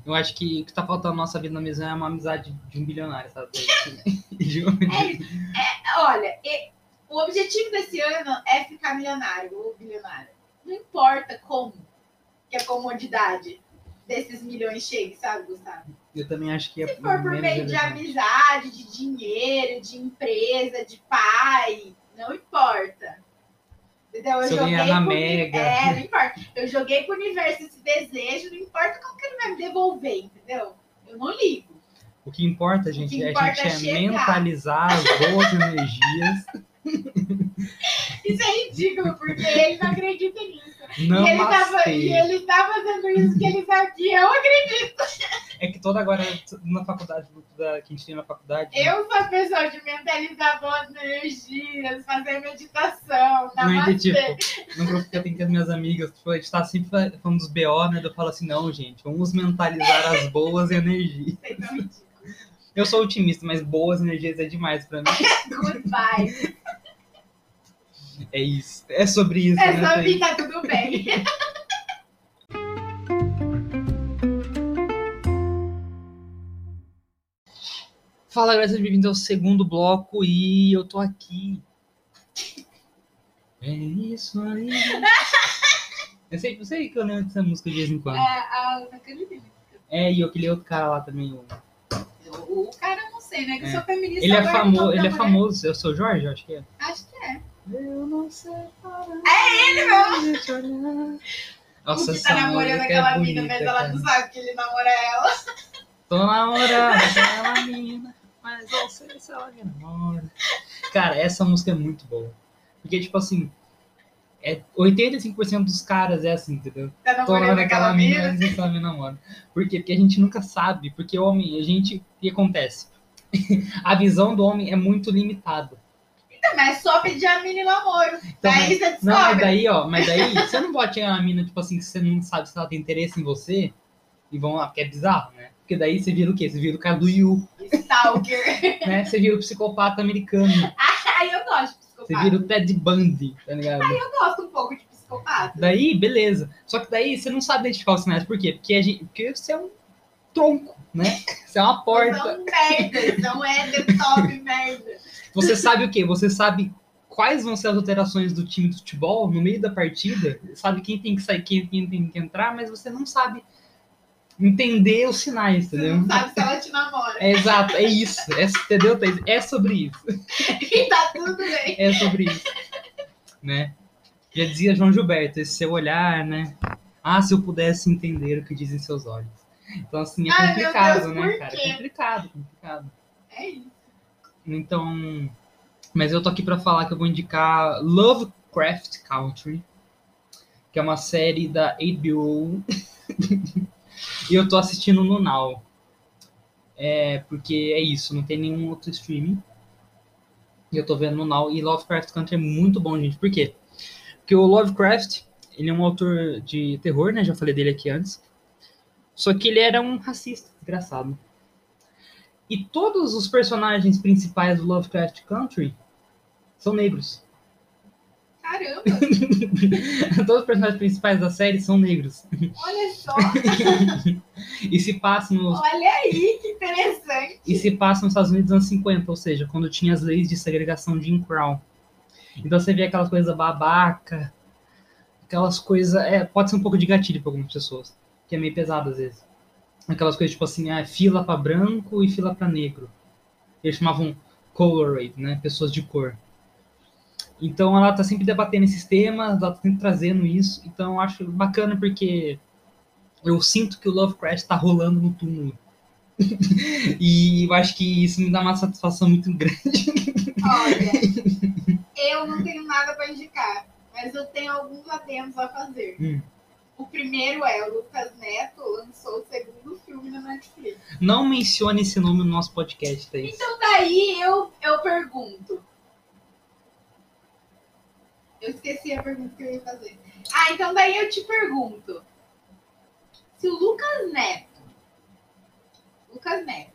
S1: Eu acho que o que tá faltando na nossa vida na mesa é uma amizade de um bilionário, sabe? [LAUGHS] De um-
S2: É isso. É, olha, e- o objetivo desse ano é ficar milionário ou bilionário. Não importa como que a comodidade desses milhões chegue, sabe, Gustavo?
S1: Eu também acho que é
S2: Se for por
S1: menos
S2: meio de
S1: relevante.
S2: amizade, de dinheiro, de empresa, de pai, não importa. Entendeu?
S1: Se eu ganhar na
S2: por-
S1: Mega.
S2: É, não importa. Eu joguei pro universo esse desejo, não importa como que ele vai me devolver, entendeu? Eu não ligo.
S1: O que importa, gente, é
S2: importa
S1: a gente
S2: é
S1: é
S2: chegar.
S1: mentalizar as boas energias,
S2: Isso é ridículo, porque ele não acredita nisso.
S1: não
S2: [LAUGHS] e, ele tava,
S1: bastei.
S2: e ele tá fazendo isso que ele sabia. Eu, acredito.
S1: É que toda agora na faculdade, no grupo da, que a gente tem na faculdade, né,
S2: eu sou a pessoa de mentalizar boas energias, fazer meditação,
S1: não é que,
S2: namastê.
S1: tipo, no grupo que eu tenho com as minhas amigas, tipo, a gente tá sempre fa- falando dos BO, né? daí Eu falo assim, não, gente, vamos mentalizar as boas energias.
S2: Vocês são ridículos.
S1: Eu sou otimista, mas boas energias é demais pra mim.
S2: Goodbye.
S1: É isso. É sobre isso,
S2: É
S1: né?
S2: só
S1: Thaís?
S2: vir, tá tudo bem.
S1: [LAUGHS] Fala, galera, sejam bem-vindos ao segundo bloco e eu tô aqui. É isso aí. Eu sei, eu sei que eu lembro dessa música de vez em
S2: É,
S1: quando.
S2: a, naquele vídeo.
S1: É, e aquele outro cara lá também, o
S2: o, o cara não sei, né? Que eu
S1: É.
S2: sou feminista.
S1: Ele é,
S2: agora,
S1: famo...
S2: então,
S1: ele é
S2: tá, né?
S1: famoso, eu sou Jorge, eu acho que é.
S2: Acho que é.
S1: Eu não sei
S2: Ele
S1: de te olhar. Nossa,
S2: o que
S1: essa
S2: tá namorando
S1: música
S2: aquela
S1: é bonita,
S2: mina, mas ela
S1: cara.
S2: não sabe que ele namora ela.
S1: Tô namorando aquela mina, mas não sei se ela me namora. Cara, essa música é muito boa. Porque, tipo assim, é 85% dos caras é assim, entendeu?
S2: Tá
S1: Tô
S2: namorando
S1: namorando aquela
S2: aquela
S1: mina,
S2: mina.
S1: mas não sei se ela me namora. Por quê? Porque a gente nunca sabe. Porque o homem, a gente, o que acontece? [LAUGHS] a visão do homem é muito limitada. Então,
S2: Então, mas só pedir a mina em namoro. Daí você
S1: Não, mas
S2: descobre.
S1: daí, ó, mas daí você não pode chegar na mina, tipo assim, que você não sabe se ela tem interesse em você. E vão lá, porque é bizarro, né? Porque daí você vira o quê? Você vira o cara do Yu,
S2: Stalker. [LAUGHS]
S1: né? Você vira o psicopata americano.
S2: Aí eu gosto de
S1: Você
S2: psicopata.
S1: vira o Ted Bundy, tá ligado?
S2: Eu gosto um pouco de psicopata.
S1: Daí, beleza. Só que daí você não sabe identificar os sinais. Por quê? Porque, a gente, porque você é um tronco, né? Você é uma porta.
S2: São merdas, não é the top merda.
S1: Você sabe o quê? Você sabe quais vão ser as alterações do time de futebol no meio da partida. Sabe quem tem que sair, quem, quem tem que entrar, mas você não sabe entender os sinais,
S2: Você
S1: entendeu?
S2: não sabe se ela te namora. [LAUGHS]
S1: É exato, é isso. É, entendeu, Thaís? É sobre isso.
S2: E tá tudo bem.
S1: É sobre isso. né? Já dizia João Gilberto, esse seu olhar, né? Ah, se eu pudesse entender o que dizem seus olhos. Então, assim, é
S2: Ai, meu
S1: complicado,
S2: Deus,
S1: né,
S2: por
S1: cara?
S2: quê?
S1: É complicado, complicado.
S2: É isso.
S1: Então. Mas eu tô aqui pra falar que eu vou indicar Lovecraft Country, que é uma série da HBO. [LAUGHS] e eu tô assistindo no Now. É, porque é isso, não tem nenhum outro streaming. E eu tô vendo no Now. E Lovecraft Country é muito bom, gente. Por quê? Porque o Lovecraft, ele é um autor de terror, né? Já falei dele aqui antes. Só que ele era um racista, desgraçado. E todos os personagens principais do Lovecraft Country são negros. [LAUGHS]
S2: Caramba,
S1: todos os personagens principais da série são negros.
S2: olha só.
S1: E se passa nos,
S2: Olha aí, que interessante.
S1: e se passa nos Estados Unidos nos anos 50, ou seja, quando tinha as leis de segregação de Jim Crow. Então você vê aquelas coisas babaca, aquelas coisas. É, pode ser um pouco de gatilho para algumas pessoas, que é meio pesado às vezes. Aquelas coisas tipo assim, ah, fila para branco e fila para negro. Eles chamavam colored, né? Pessoas de cor. Então ela tá sempre debatendo esses temas, ela tá sempre trazendo isso. Então eu acho bacana porque eu sinto que o Lovecraft tá rolando no túmulo. e eu acho que isso me dá uma satisfação muito grande.
S2: Olha, eu não tenho nada pra indicar, mas eu tenho alguns atentos a fazer.
S1: Hum.
S2: O primeiro é o Lucas Neto lançou o segundo filme na Netflix.
S1: Não mencione esse nome no nosso podcast, tá Thaís.
S2: Então daí eu, eu pergunto. Eu esqueci a pergunta que eu ia fazer. Ah, então daí eu te pergunto. Se o Lucas Neto. Lucas Neto,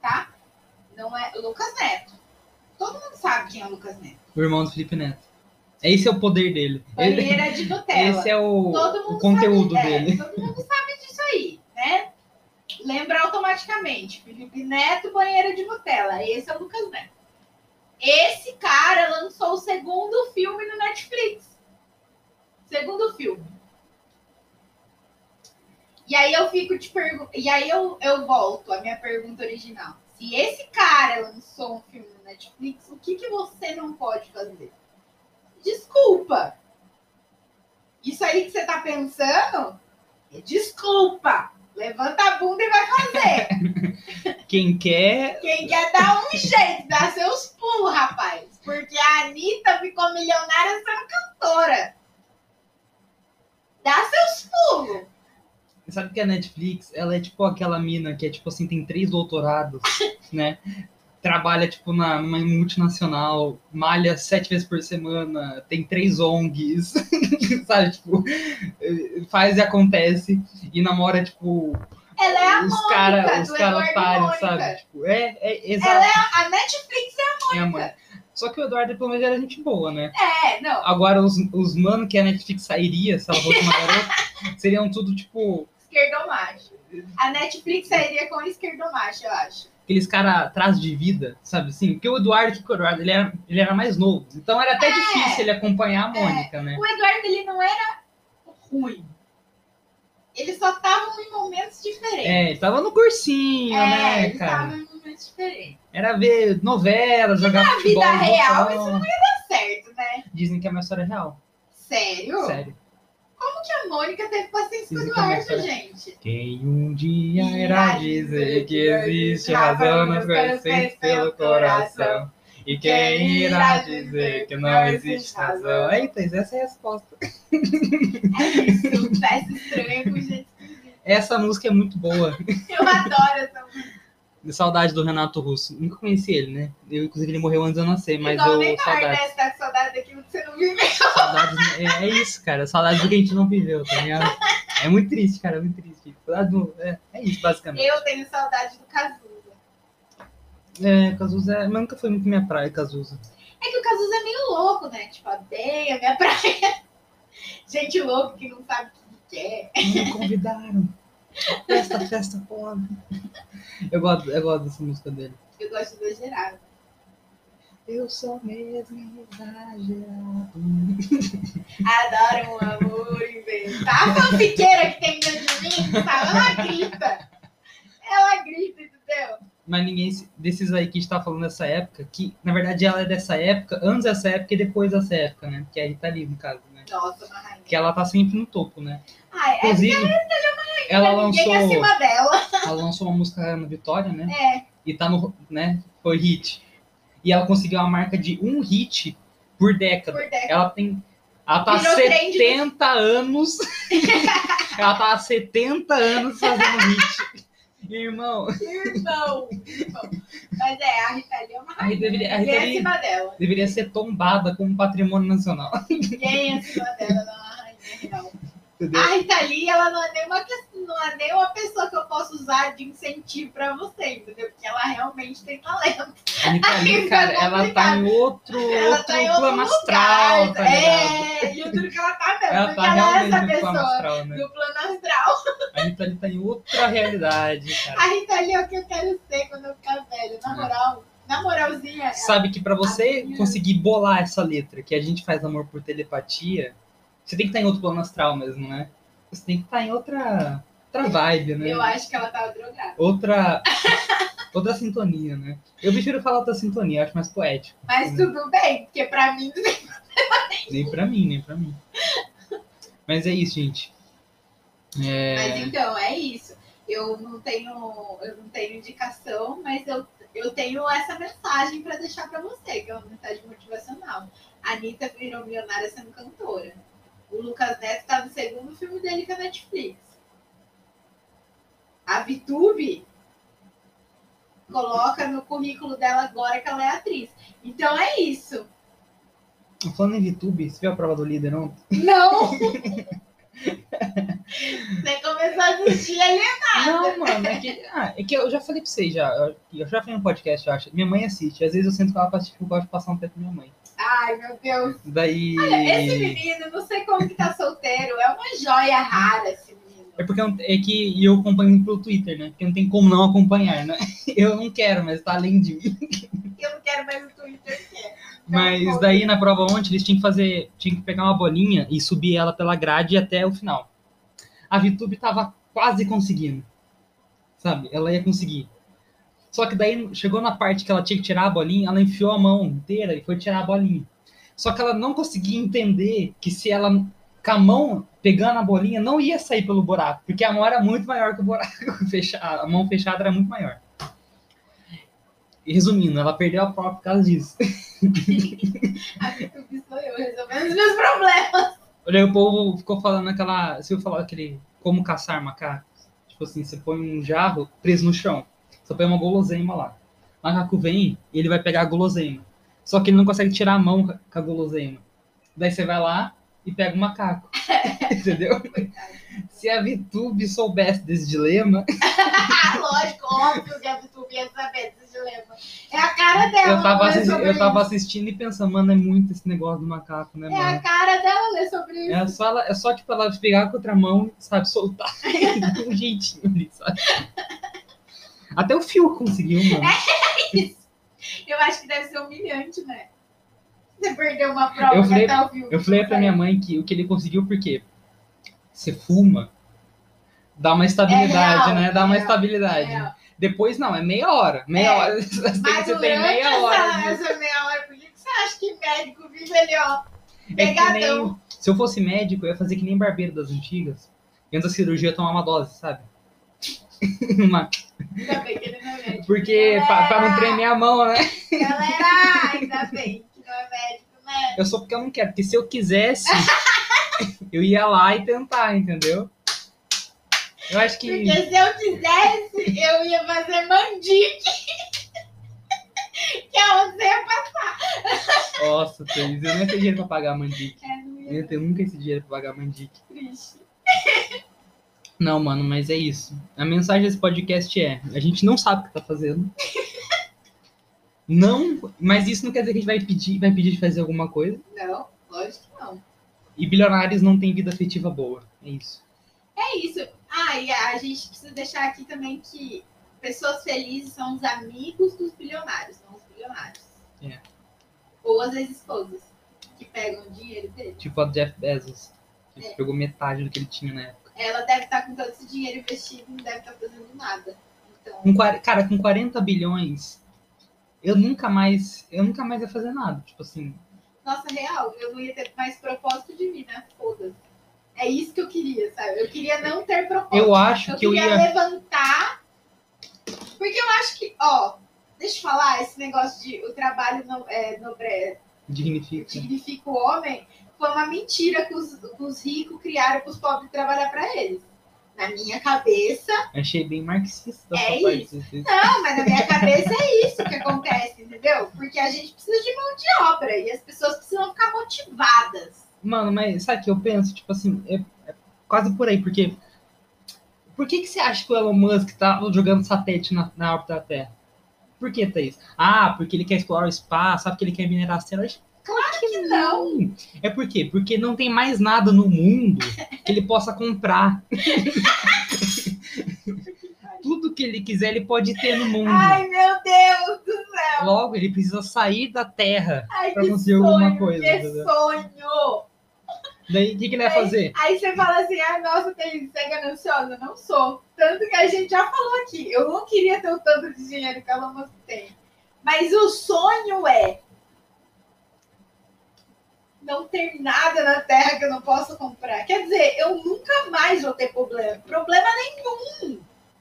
S2: tá? Não é. Lucas Neto. Todo mundo sabe quem é o Lucas Neto.
S1: O irmão do Felipe Neto. Esse é o poder dele. Ele-
S2: Banheira de Nutella.
S1: esse é o,
S2: Todo
S1: o
S2: mundo
S1: conteúdo
S2: sabe, é,
S1: dele.
S2: todo mundo sabe disso aí, né? Lembra automaticamente. Felipe Neto, banheira de Nutella. Esse é o Lucas Neto. Esse cara lançou o segundo filme no Netflix. Segundo filme. E aí eu fico te perguntando. E aí eu, eu volto à minha pergunta original. Se esse cara lançou um filme no Netflix, o que, que você não pode fazer? Desculpa. Isso aí que você tá pensando? é Desculpa. Levanta a bunda e vai fazer.
S1: Quem quer.
S2: Quem quer dar um jeito, dá seus pulos, rapaz. Porque a Anitta ficou milionária sendo cantora. Dá seus pulos.
S1: Sabe que a Netflix, ela é tipo aquela mina que é tipo assim, tem três
S2: [LAUGHS]
S1: doutorados, né? Trabalha, tipo, na, numa multinacional, malha sete vezes por semana, tem três ONGs, [LAUGHS] sabe? Tipo, eh, faz e acontece, e namora, tipo,
S2: Ela é a
S1: os
S2: Mônica
S1: caras, os
S2: do
S1: caras
S2: Eduardo
S1: param,
S2: Mônica.
S1: sabe? Tipo, é, é, exato.
S2: Ela é a, a Netflix.
S1: É a
S2: Mônica.
S1: mãe. Só que o Eduardo, pelo menos, era gente boa, né?
S2: É, não.
S1: Agora, os, os mano que a Netflix sairia, se ela fosse uma garota,
S2: [LAUGHS]
S1: seriam tudo, tipo,
S2: Esquerdomacho. A Netflix sairia com esquerdomacho, eu acho.
S1: aqueles caras atrás de vida, sabe assim? Porque o Eduardo, que que o Eduardo, ele era, ele era mais novo. Então, era até
S2: É.
S1: difícil ele acompanhar a Mônica, né?
S2: O Eduardo, ele não era ruim. Eles só estavam em momentos diferentes.
S1: É, tava no cursinho,
S2: É,
S1: né,
S2: eles
S1: cara?
S2: estavam em momentos diferentes.
S1: Era ver novela, jogar
S2: na
S1: futebol.
S2: vida real,
S1: botão.
S2: isso Tá certo, né?
S1: Dizem que é uma história real.
S2: Sério?
S1: Sério.
S2: Que a Mônica teve paciência
S1: Isso
S2: com o
S1: também,
S2: Eduardo,
S1: cara.
S2: gente.
S1: Quem um dia irá dizer que existe razão nas coisas sem pelo coração. E quem irá dizer que não existe razão? Eita, essa é a resposta.
S2: É isso, [LAUGHS] peça estranha com gente esquisita.
S1: Essa música é muito boa.
S2: Eu adoro essa música.
S1: Saudade do Renato Russo. Nunca conheci ele, né? Eu, inclusive, ele morreu antes de eu nascer, mas
S2: Igual nem
S1: eu.
S2: na
S1: Saudade.
S2: né? Você tá com saudade daquilo que você não viveu.
S1: Saudades- é, é isso, cara. Saudades do que a gente não viveu, tá ligado? É muito triste, cara. É muito triste. Saudade do- É, é isso, basicamente.
S2: Eu tenho saudade do Cazuza.
S1: É, Cazuza é... mas nunca foi muito minha praia, Cazuza.
S2: É que o Cazuza é meio louco, né? Tipo, odeia a minha praia. [LAUGHS] Gente louca que não sabe o que quer.
S1: Me convidaram. Festa, festa, pobre. Eu gosto, eu gosto dessa música dele.
S2: Eu gosto de exagerar.
S1: Eu sou mesmo exagerado.
S2: Adoro um amor inventado. A fanfiqueira que tem dentro de mim, sabe? Ela grita. Ela grita, entendeu?
S1: Mas ninguém se- desses aí que a gente tá falando dessa época, que na verdade ela é dessa época, antes dessa época e depois dessa época, né? Que é a Rita Lee, no caso, né?
S2: Nossa, uma rainha.
S1: Que ela tá sempre no topo, né?
S2: Ai, é
S1: Inclusive, ela lançou,
S2: ninguém acima dela.
S1: ela lançou uma música na Vitória, né?
S2: É,
S1: e tá no, né, foi hit. E ela conseguiu uma marca de um hit por década.
S2: por década.
S1: Ela tem ela tá há
S2: Virou trend.
S1: 70
S2: [LAUGHS]
S1: anos. ela tá há 70 anos fazendo hit. Irmão,
S2: Irmão, irmão. Mas é, a Rita Lee é uma
S1: É. a Rita,
S2: rainha.
S1: deveria, a Rita
S2: Ninguém
S1: Lee
S2: acima dela.
S1: deveria ser tombada como patrimônio nacional,
S2: Ninguém acima dela não é uma rainha, não.
S1: entendeu?
S2: A Rita Lee, ela não é nenhuma, que- não é nenhuma pessoa que eu posso usar de incentivo pra você, entendeu? Porque ela realmente tem talento.
S1: A Rita Lee,
S2: Ai,
S1: cara,
S2: tá
S1: ela tá em outro,
S2: Ela
S1: outro
S2: tá em outro
S1: plano astral,
S2: lugar.
S1: tá ligado?
S2: é, e eu juro que ela tá mesmo,
S1: Ela
S2: porque
S1: tá
S2: ela é
S1: realmente
S2: essa
S1: no plano
S2: pessoa
S1: astral, né?
S2: do plano astral.
S1: A Rita Lee tá em outra realidade, cara.
S2: A Rita Lee é o que eu quero ser quando eu ficar velho, na
S1: É.
S2: moral. Na moralzinha,
S1: sabe que pra você
S2: Amiga.
S1: conseguir bolar essa letra, que a gente faz amor por telepatia, você tem que estar em outro plano astral mesmo, né? Você tem que estar em outra, outra vibe, né?
S2: eu acho que ela tava drogada.
S1: Outra, [LAUGHS] outra sintonia, né? Eu prefiro falar outra sintonia, eu acho mais poético.
S2: Mas tudo bem, porque pra mim
S1: Nem pra mim, nem pra mim. Mas é isso, gente.
S2: Mas
S1: É...
S2: então, é isso. Eu não tenho, eu não tenho indicação, mas eu, eu tenho essa mensagem pra deixar pra você, que é uma mensagem motivacional. A Anitta virou milionária sendo cantora. O Lucas Neto tá no segundo filme dele com a Netflix. A Vitube coloca no currículo dela agora que ela é atriz. Então é isso.
S1: Falando em VTube, você viu a prova do líder ontem? [LAUGHS]
S2: Não! Você começou a assistir ali
S1: né? Não, mano, é que, ah, é que eu já falei pra vocês, já, eu, eu já falei no podcast, eu acho. Minha mãe assiste, às vezes eu sinto que ela assiste, porque eu gosto de passar um tempo com minha mãe.
S2: Ai, meu Deus.
S1: Daí.
S2: Esse menino, não sei como que tá solteiro. É uma joia rara esse menino.
S1: É porque eu não- é que eu acompanho pelo Twitter, né? Porque não tem como não acompanhar, né? [LAUGHS] Eu não quero, mas tá além de mim.
S2: Eu não quero mais o Twitter que é.
S1: Mas daí na prova ontem eles tinham que fazer. Tinham que pegar uma bolinha e subir ela pela grade até o final. A VTube tava quase conseguindo. Sabe? Ela ia conseguir. Só que daí chegou na parte que ela tinha que tirar a bolinha, ela enfiou a mão inteira e foi tirar a bolinha. Só que ela não conseguia entender que se ela com a mão pegando a bolinha não ia sair pelo buraco, porque a mão era muito maior que o buraco. [LAUGHS] fecha- A mão fechada era muito maior. E resumindo, ela perdeu a prova por causa disso.
S2: A YouTube sou eu, resolvendo os meus problemas.
S1: Olha, o povo ficou falando aquela. Se eu falar aquele. Como caçar macaco? Tipo assim, você põe um jarro preso no chão. Você põe uma guloseima lá. O macaco vem e ele vai pegar a guloseima. Só que ele não consegue tirar a mão com a guloseima. Daí você vai lá e pega o
S2: [LAUGHS]
S1: macaco. Entendeu? Se a Vitube soubesse desse dilema,
S2: Ah, lógico, óbvio que a YouTube ia saber desse dilema. É a cara dela.
S1: eu tava,
S2: ler
S1: assisti-
S2: sobre
S1: eu tava assistindo e pensando, mano, é muito esse negócio do macaco, né,
S2: isso. É a
S1: mano?
S2: cara dela ler sobre isso.
S1: É só, ela, é só tipo ela pegar com outra mão, sabe, soltar [LAUGHS] com um jeitinho ali, sabe? Até o Fio conseguiu, mano.
S2: É.
S1: assim.
S2: Eu acho que deve ser humilhante, né? Você perdeu uma prova tá
S1: Eu
S2: que
S1: falei-
S2: até ouviu.
S1: Eu falei pra minha mãe que o que ele conseguiu, porque você fuma, Dá uma estabilidade,
S2: É real,
S1: né? Dá uma
S2: é real,
S1: estabilidade.
S2: Real.
S1: Depois não, é meia hora. Meia
S2: É.
S1: hora. [LAUGHS] Você tem,
S2: Mas
S1: você
S2: durante
S1: tem meia hora. né? É
S2: essa,
S1: disso.
S2: essa meia hora, por que que você acha que médico vive ali, ó?
S1: É que nem-
S2: Pegadão.
S1: se eu fosse médico, eu ia fazer que nem barbeiro das antigas. E antes da cirurgia, eu ia tomar uma dose, sabe? [LAUGHS] Uma-
S2: Ainda bem que ele não é médico.
S1: Porque pra, pra não tremer a mão, né?
S2: Galera, Ah, ainda bem que não é médico, né?
S1: Eu sou porque eu não quero. Porque se eu
S2: [LAUGHS]
S1: quisesse, eu ia lá e tentar, entendeu? Eu acho que.
S2: Porque se eu quisesse, eu ia fazer mandique. [LAUGHS] Que é onde você ia
S1: Nossa, Thaís, eu não ia ter dinheiro pra pagar a mandique.
S2: passar.
S1: Eu ia ter nunca esse dinheiro pra pagar a mandique.
S2: Triste.
S1: Não, mano, mas é isso. A mensagem desse podcast é: a gente não sabe o que tá fazendo. Não, mas isso não quer dizer que a gente vai pedir, vai pedir de fazer alguma coisa.
S2: Não, lógico que não.
S1: E bilionários não têm vida afetiva boa. É isso.
S2: É isso. Ah, e a gente precisa deixar aqui também que pessoas felizes são os amigos dos bilionários, não os bilionários.
S1: É.
S2: Ou às vezes esposas, que pegam o dinheiro dele.
S1: Tipo a Jeff Bezos, que
S2: É.
S1: pegou metade do que ele tinha na época.
S2: Ela deve estar com todo esse dinheiro investido e não deve estar fazendo nada. Então,
S1: Com, quar- cara, com 40 bilhões, eu nunca mais. Eu nunca mais ia fazer nada. Tipo assim,
S2: nossa, real, eu não ia ter mais propósito de vida, foda-se. É isso que eu queria, sabe? Eu queria não ter propósito.
S1: eu acho
S2: Eu
S1: que eu
S2: queria
S1: ia.
S2: levantar. Porque eu acho que, ó, deixa eu falar, esse negócio de o trabalho no, é, nobre-
S1: Dignifica.
S2: dignifica o homem foi uma mentira que os, que os ricos criaram para os pobres trabalhar para eles. Na minha cabeça.
S1: Achei bem marxista da
S2: É
S1: sua parte. esse-
S2: Não, mas na minha cabeça é isso que acontece, entendeu? Porque a gente precisa de mão de obra e as pessoas precisam ficar motivadas.
S1: Mano, mas sabe o que eu penso? Tipo assim, é, é quase por aí, porque. Por que, que você acha que o Elon Musk tá jogando satélite na, na órbita da Terra? Por que, Thaís? Ah, porque ele quer explorar o espaço, sabe que ele quer minerar asteroides? Claro que
S2: não.
S1: É por quê? Porque não tem mais nada no mundo que ele possa
S2: [LAUGHS]
S1: comprar. Tudo que ele quiser, ele pode ter no mundo.
S2: Ai, é. meu Deus!
S1: Logo, ele precisa sair da Terra
S2: Ai,
S1: pra
S2: que
S1: conseguir alguma
S2: sonho!
S1: coisa.
S2: Que
S1: entendeu?
S2: sonho!
S1: Daí, o que, que ele vai fazer?
S2: Aí você fala assim, ah, nossa, Thaís, você é gananciosa? Não sou. Tanto que a gente já falou aqui, eu não queria ter o tanto de dinheiro que a Lama tem. Mas o sonho é não ter nada na terra que eu não possa comprar. Quer dizer, eu nunca mais vou ter problema. Problema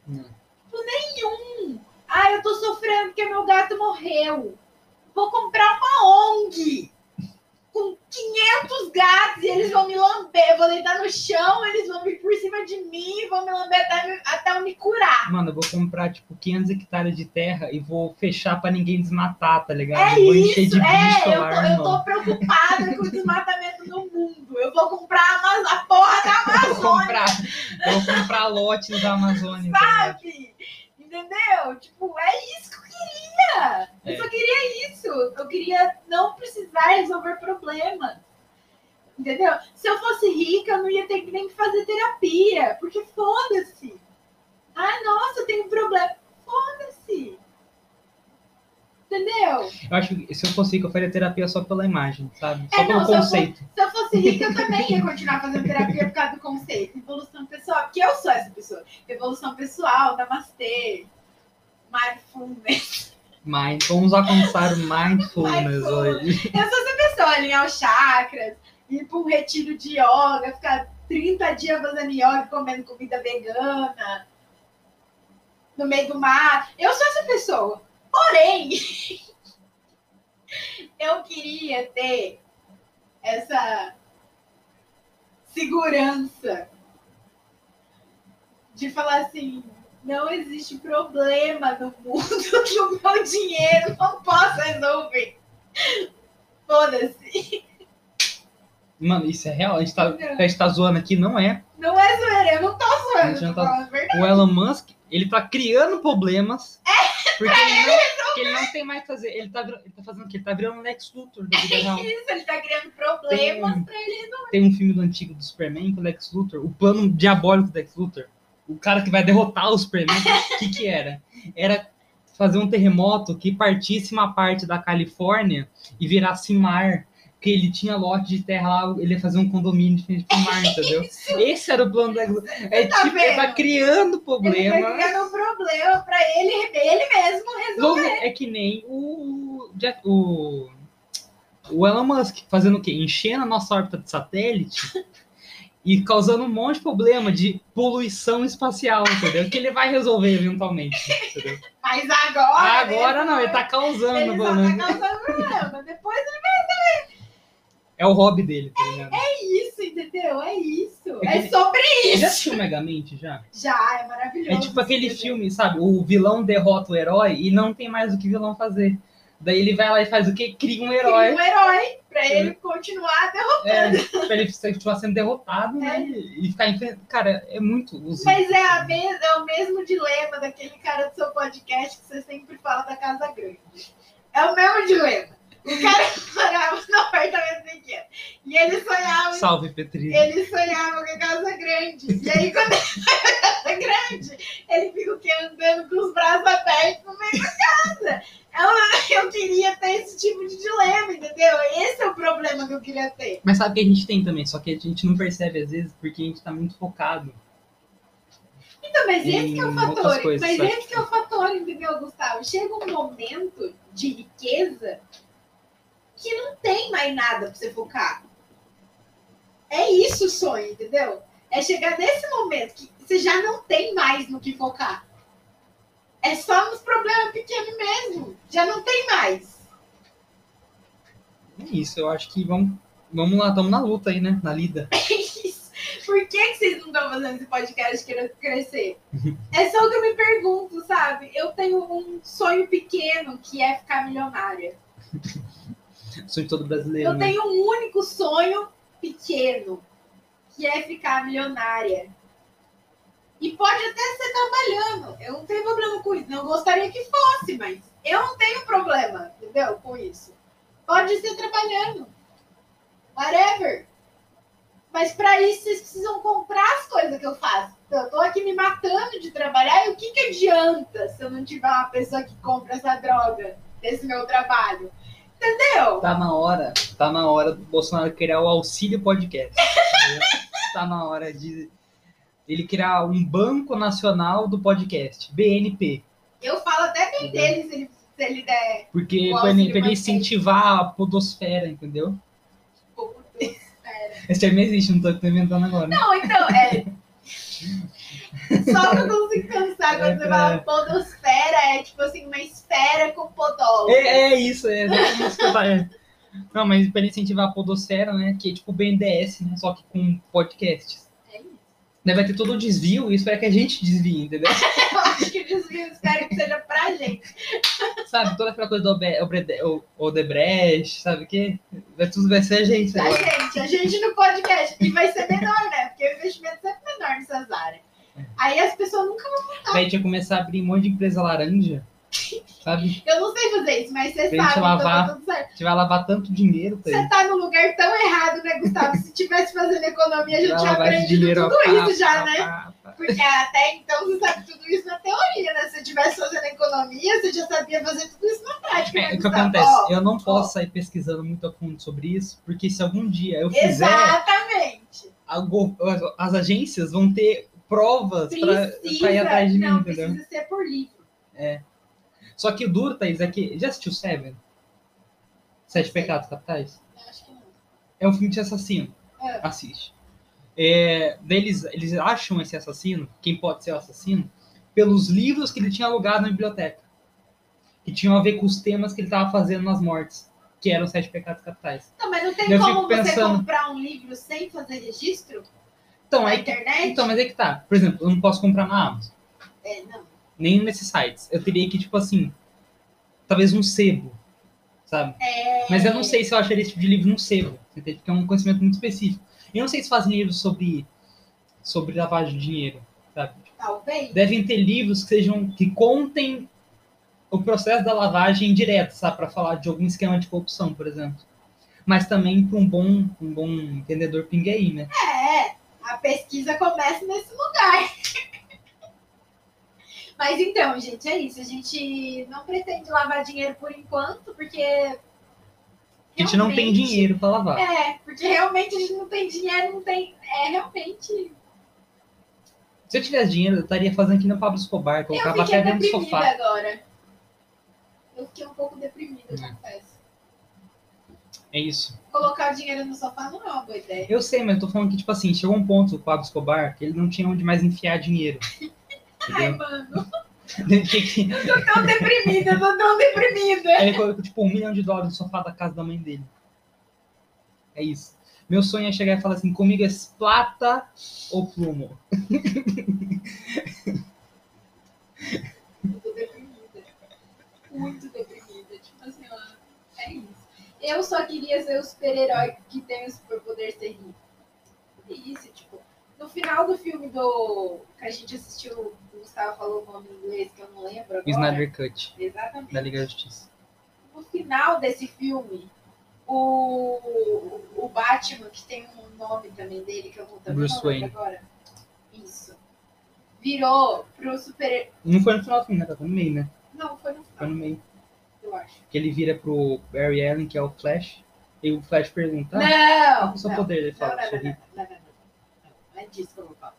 S1: Não.
S2: nenhum. Ah, eu tô sofrendo porque meu gato morreu. Vou comprar uma ONG com 500 gatos e eles vão me lamber. Eu vou deitar no chão, eles vão vir por cima de mim, vão me lamber até, me- até eu me curar.
S1: Mano, eu vou comprar, tipo, 500 hectares de terra e vou fechar pra ninguém desmatar, tá ligado?
S2: É
S1: Eu vou encher
S2: isso,
S1: de bicho
S2: é. Eu
S1: lá,
S2: tô, eu
S1: irmão.
S2: tô preocupada com o desmatamento no mundo. Eu vou comprar a, Amaz- a porra
S1: [LAUGHS]
S2: da
S1: Eu vou
S2: Amazônia.
S1: comprar, eu vou comprar lotes da Amazônia. Tá
S2: sabe? Entendeu? Tipo, é isso que eu queria. Eu só queria isso. Eu queria não precisar resolver problemas. Entendeu? Se eu fosse rica, eu não ia ter que nem que fazer terapia. Porque foda-se. Ah, nossa, eu tenho problema. Foda-se. Entendeu?
S1: eu acho que se eu fosse rico, eu faria terapia só pela imagem, sabe? Só
S2: É,
S1: pelo
S2: não, se eu
S1: conceito.
S2: Se eu fosse rica, eu também ia continuar fazendo terapia por causa do conceito. Evolução pessoal. Porque eu sou essa pessoa. Evolução pessoal, namastê. Mindfulness.
S1: Mind, vamos alcançar o mindfulness
S2: Mindfulness.
S1: hoje.
S2: Eu sou essa pessoa, alinhar os chakras, ir pra um retiro de yoga, ficar 30 dias fazendo yoga, comendo comida vegana, no meio do mar. Eu sou essa pessoa. Porém, [LAUGHS] eu queria ter essa segurança de falar assim. Não existe problema no mundo [LAUGHS] que o meu dinheiro não possa resolver. Foda-se.
S1: Mano, isso é real. A gente, tá,
S2: Não.
S1: a gente tá zoando aqui, não é?
S2: Não é zoeira, eu não tô
S1: Não tá
S2: zoando, eu tô
S1: adianta-
S2: falando a verdade.
S1: O Elon Musk, ele tá criando problemas. Porque É, ele não, porque ele não tem mais o que fazer. Ele tá, vir- ele tá fazendo o quê? Ele tá virando Lex Luthor da vida real.
S2: Isso, ele tá criando problemas pra ele.
S1: Tem um filme do antigo do Superman com o Lex Luthor, o plano diabólico do Lex Luthor, o cara que vai derrotar o Superman, o que que era? Era fazer um terremoto que partisse uma parte da Califórnia e virasse mar, porque ele tinha lote de terra lá, ele ia fazer um condomínio diferente pro mar,
S2: [LAUGHS]
S1: entendeu? Esse era o plano da Globo. É
S2: Tá
S1: tipo, ele tá
S2: vendo?
S1: criando
S2: Ele vai
S1: problema.
S2: criar um problema pra ele, ele mesmo resolver.
S1: Globo é que nem o, Jeff- o. O Elon Musk fazendo o quê? Enchendo a nossa órbita de
S2: [LAUGHS]
S1: satélite e causando um monte de problema de poluição espacial, entendeu? Que ele vai resolver eventualmente.
S2: [LAUGHS]
S1: Entendeu?
S2: Mas agora.
S1: Agora
S2: ele
S1: não,
S2: só-
S1: ele tá causando,
S2: Ele só
S1: mano.
S2: tá causando problema. Depois
S1: É o hobby dele, tá ligado?
S2: é isso, entendeu? É isso.
S1: É que-
S2: É sobre
S1: Já assistiu Megamente
S2: [LAUGHS]
S1: já?
S2: Já, é maravilhoso.
S1: É tipo aquele
S2: isso,
S1: filme, sabe? O vilão derrota o herói e não tem mais o que o vilão fazer. Daí ele vai lá e faz o quê? Cria um
S2: né?
S1: herói.
S2: Um herói pra ele continuar derrotando.
S1: É, pra ele continuar sendo derrotado, né? E ficar enfrentando. Cara, é muito uso.
S2: É. Mas é, a mes- é o mesmo dilema daquele cara do seu podcast que você sempre fala da Casa Grande. É o mesmo dilema. O cara morava no apartamento pequeno. E ele sonhava
S1: Salve, Petri.
S2: Ele sonhava com a casa grande. E aí, quando [LAUGHS] ele vai na casa grande, ele fica o quê? Andando com os braços abertos no meio da casa. É [LAUGHS] Eu, eu queria ter esse tipo de dilema, entendeu? Esse é o problema que eu queria ter.
S1: Mas sabe que a gente tem também, só que a gente não percebe às vezes porque a gente tá muito focado.
S2: Então, mas esse que é o
S1: Em
S2: fator.
S1: outras coisas,
S2: mas
S1: sabe?
S2: esse que é o fator, entendeu, Gustavo? Chega um momento de riqueza que não tem mais nada pra você focar. É isso o sonho, entendeu? É chegar nesse momento que você já não tem mais no que focar. É só nos problemas pequenos mesmo. Já não tem mais.
S1: É isso, eu acho que vamos, vamos lá, estamos na luta aí, né? Na lida.
S2: É isso. Por que, que vocês não estão fazendo esse podcast cre- crescer? É só o que eu me pergunto, sabe? Eu tenho um sonho pequeno que é ficar milionária.
S1: Sou de todo brasileiro.
S2: Eu
S1: né?
S2: tenho um único sonho pequeno, que é ficar milionária. E pode até ser trabalhando. Eu não tenho problema com isso. Não gostaria que fosse, mas eu não tenho problema, entendeu? Com isso. Pode ser trabalhando. Whatever. Mas para isso vocês precisam comprar as coisas que eu faço. Então, eu tô aqui me matando de trabalhar e o que, que adianta se eu não tiver uma pessoa que compra essa droga desse meu trabalho? Entendeu?
S1: Tá na hora, tá na hora do Bolsonaro criar o auxílio
S2: [LAUGHS]
S1: podcast. entendeu? tá na hora de ele criar um banco nacional do podcast, BNP,
S2: Eu falo até bem
S1: Entendeu?
S2: dele se ele, se ele der.
S1: porque
S2: O
S1: pra ele,
S2: auxílio
S1: pra ele
S2: podcast.
S1: incentivar a podosfera, entendeu?
S2: Tipo,
S1: Esse termo existe, não tô inventando agora.
S2: não, então, é. Só que eu consigo cansar
S1: É,
S2: quando você fala podosfera, é tipo assim, uma esfera com podólogo.
S1: É, é isso, é exatamente isso que eu tava- é. [LAUGHS] Não, mas pra ele incentivar a podosfera, né, que é tipo o BNDES, né, só que com podcasts.
S2: É isso. [LAUGHS]
S1: Daí Vai ter todo o desvio e espera que a gente desvie, [LAUGHS] entendeu?
S2: Eu acho que o desvio espero que seja pra gente.
S1: Sabe, toda aquela coisa do Obe- Obrede- O- Odebrecht, sabe o quê? Vai, tudo, vai ser a gente
S2: Pra
S1: agora.
S2: tá, gente, a gente no podcast. E vai ser menor, né? Porque o investimento é sempre menor nessas áreas. Aí as pessoas nunca.
S1: Daí a gente ia começar a abrir um monte de empresa laranja, sabe?
S2: Eu não sei fazer isso, mas
S1: Pra
S2: você
S1: gente
S2: sabe, então tá
S1: lavar.
S2: tudo certo.
S1: A gente vai lavar tanto dinheiro pra
S2: Você
S1: ele.
S2: tá num lugar tão errado, né, Gustavo? Se tivesse fazendo economia, a gente tinha
S1: lavar esse
S2: aprendido
S1: dinheiro,
S2: tudo
S1: ó, pá,
S2: isso já,
S1: pá,
S2: né?
S1: pá, pá.
S2: Porque até então você sabe tudo isso na teoria, né? Se eu tivesse fazendo economia, você já sabia fazer tudo isso na prática.
S1: É,
S2: né,
S1: o que
S2: Gustavo?
S1: acontece?
S2: Ó,
S1: Eu não posso sair pesquisando muito a fundo sobre isso, porque se algum dia eu fizer,
S2: Exatamente.
S1: a go- as- as agências vão ter provas pra, pra ir
S2: Precisa.
S1: atrás de mim,
S2: Não,
S1: entendeu?
S2: precisa ser por livro.
S1: Só que o duro, Thaís, é que. Já assistiu Seven? Sete Pecados Capitais?
S2: Eu né? acho que não.
S1: é um filme de assassino.
S2: É.
S1: Assiste. É, daí eles, eles acham esse assassino, quem pode ser o assassino, pelos livros que ele tinha alugado na biblioteca. Que tinham a ver com os temas que ele estava fazendo nas mortes, que eram os sete pecados capitais.
S2: Não, mas não tem
S1: Eu
S2: como
S1: fico
S2: você
S1: pensando-
S2: comprar um livro sem fazer registro
S1: Então,
S2: na
S1: aí que,
S2: internet?
S1: então, mas aí que tá. Por exemplo, eu não posso comprar na Amazon,
S2: É, não.
S1: nem nesses sites. Eu teria que, tipo assim, talvez um sebo, sabe?
S2: É...
S1: Mas eu não sei se eu acharia esse tipo de livro num sebo, você entende? Porque é um conhecimento muito específico. Eu não sei se fazem livros sobre, sobre lavagem de dinheiro, sabe? Tipo,
S2: Talvez.
S1: Devem ter livros que sejam que contem o processo da lavagem direto, sabe? Para falar de algum esquema de corrupção, por exemplo. Mas também para um bom, um bom entendedor pinguei, né?
S2: É, a pesquisa começa nesse lugar. [LAUGHS] Mas então, gente, é isso. A gente não pretende lavar dinheiro por enquanto, porque
S1: a gente não tem dinheiro pra lavar.
S2: É, porque realmente a gente não tem dinheiro, não tem. É realmente.
S1: Se eu tivesse dinheiro, eu estaria fazendo aqui no Pablo Escobar,
S2: Eu
S1: colocava
S2: fiquei
S1: até dentro do
S2: deprimida
S1: sofá.
S2: agora. Eu fiquei um pouco deprimida,
S1: Hum.
S2: eu confesso.
S1: É isso.
S2: Colocar o dinheiro no sofá não é uma boa ideia.
S1: Eu sei, mas eu tô falando que, tipo assim, chegou um ponto o Pablo Escobar que ele não tinha onde mais enfiar
S2: [LAUGHS]
S1: dinheiro.
S2: Ai,
S1: Entendeu?
S2: mano,
S1: Ele tinha que
S2: eu tô tão deprimida, eu tô tão deprimida.
S1: Aí ele colocou, tipo, um milhão de dólares no sofá da casa da mãe dele. É isso. Meu sonho é chegar e falar assim, comigo é plata ou plumo?
S2: Eu tô deprimida. tipo, Muito deprimida. Tipo assim, ó, é isso. Eu só queria ser o super-herói que tem o superpoder ser rico. É isso, tipo. No final do filme do. que a gente assistiu, o Gustavo falou o nome em inglês, que eu não lembro agora.
S1: Snyder Cut,
S2: Exatamente.
S1: da Liga da Justiça.
S2: no final desse filme, o, o Batman, que tem um nome também dele, que eu vou também
S1: Bruce
S2: não lembro
S1: Wayne.
S2: agora. Isso. Virou pro super.
S1: Não foi no final do filme, né? Tá no meio, né?
S2: Não, foi no
S1: Foi no
S2: final,
S1: meio.
S2: eu acho.
S1: Que ele vira pro Barry Allen, que é o Flash. E o Flash pergunta, ah, qual que é
S2: Não!
S1: o seu
S2: não.
S1: poder? Ele
S2: Não, não,
S1: fala,
S2: não,
S1: sou
S2: não, não,
S1: rico.
S2: não, não, não. Não é disso que eu vou falar.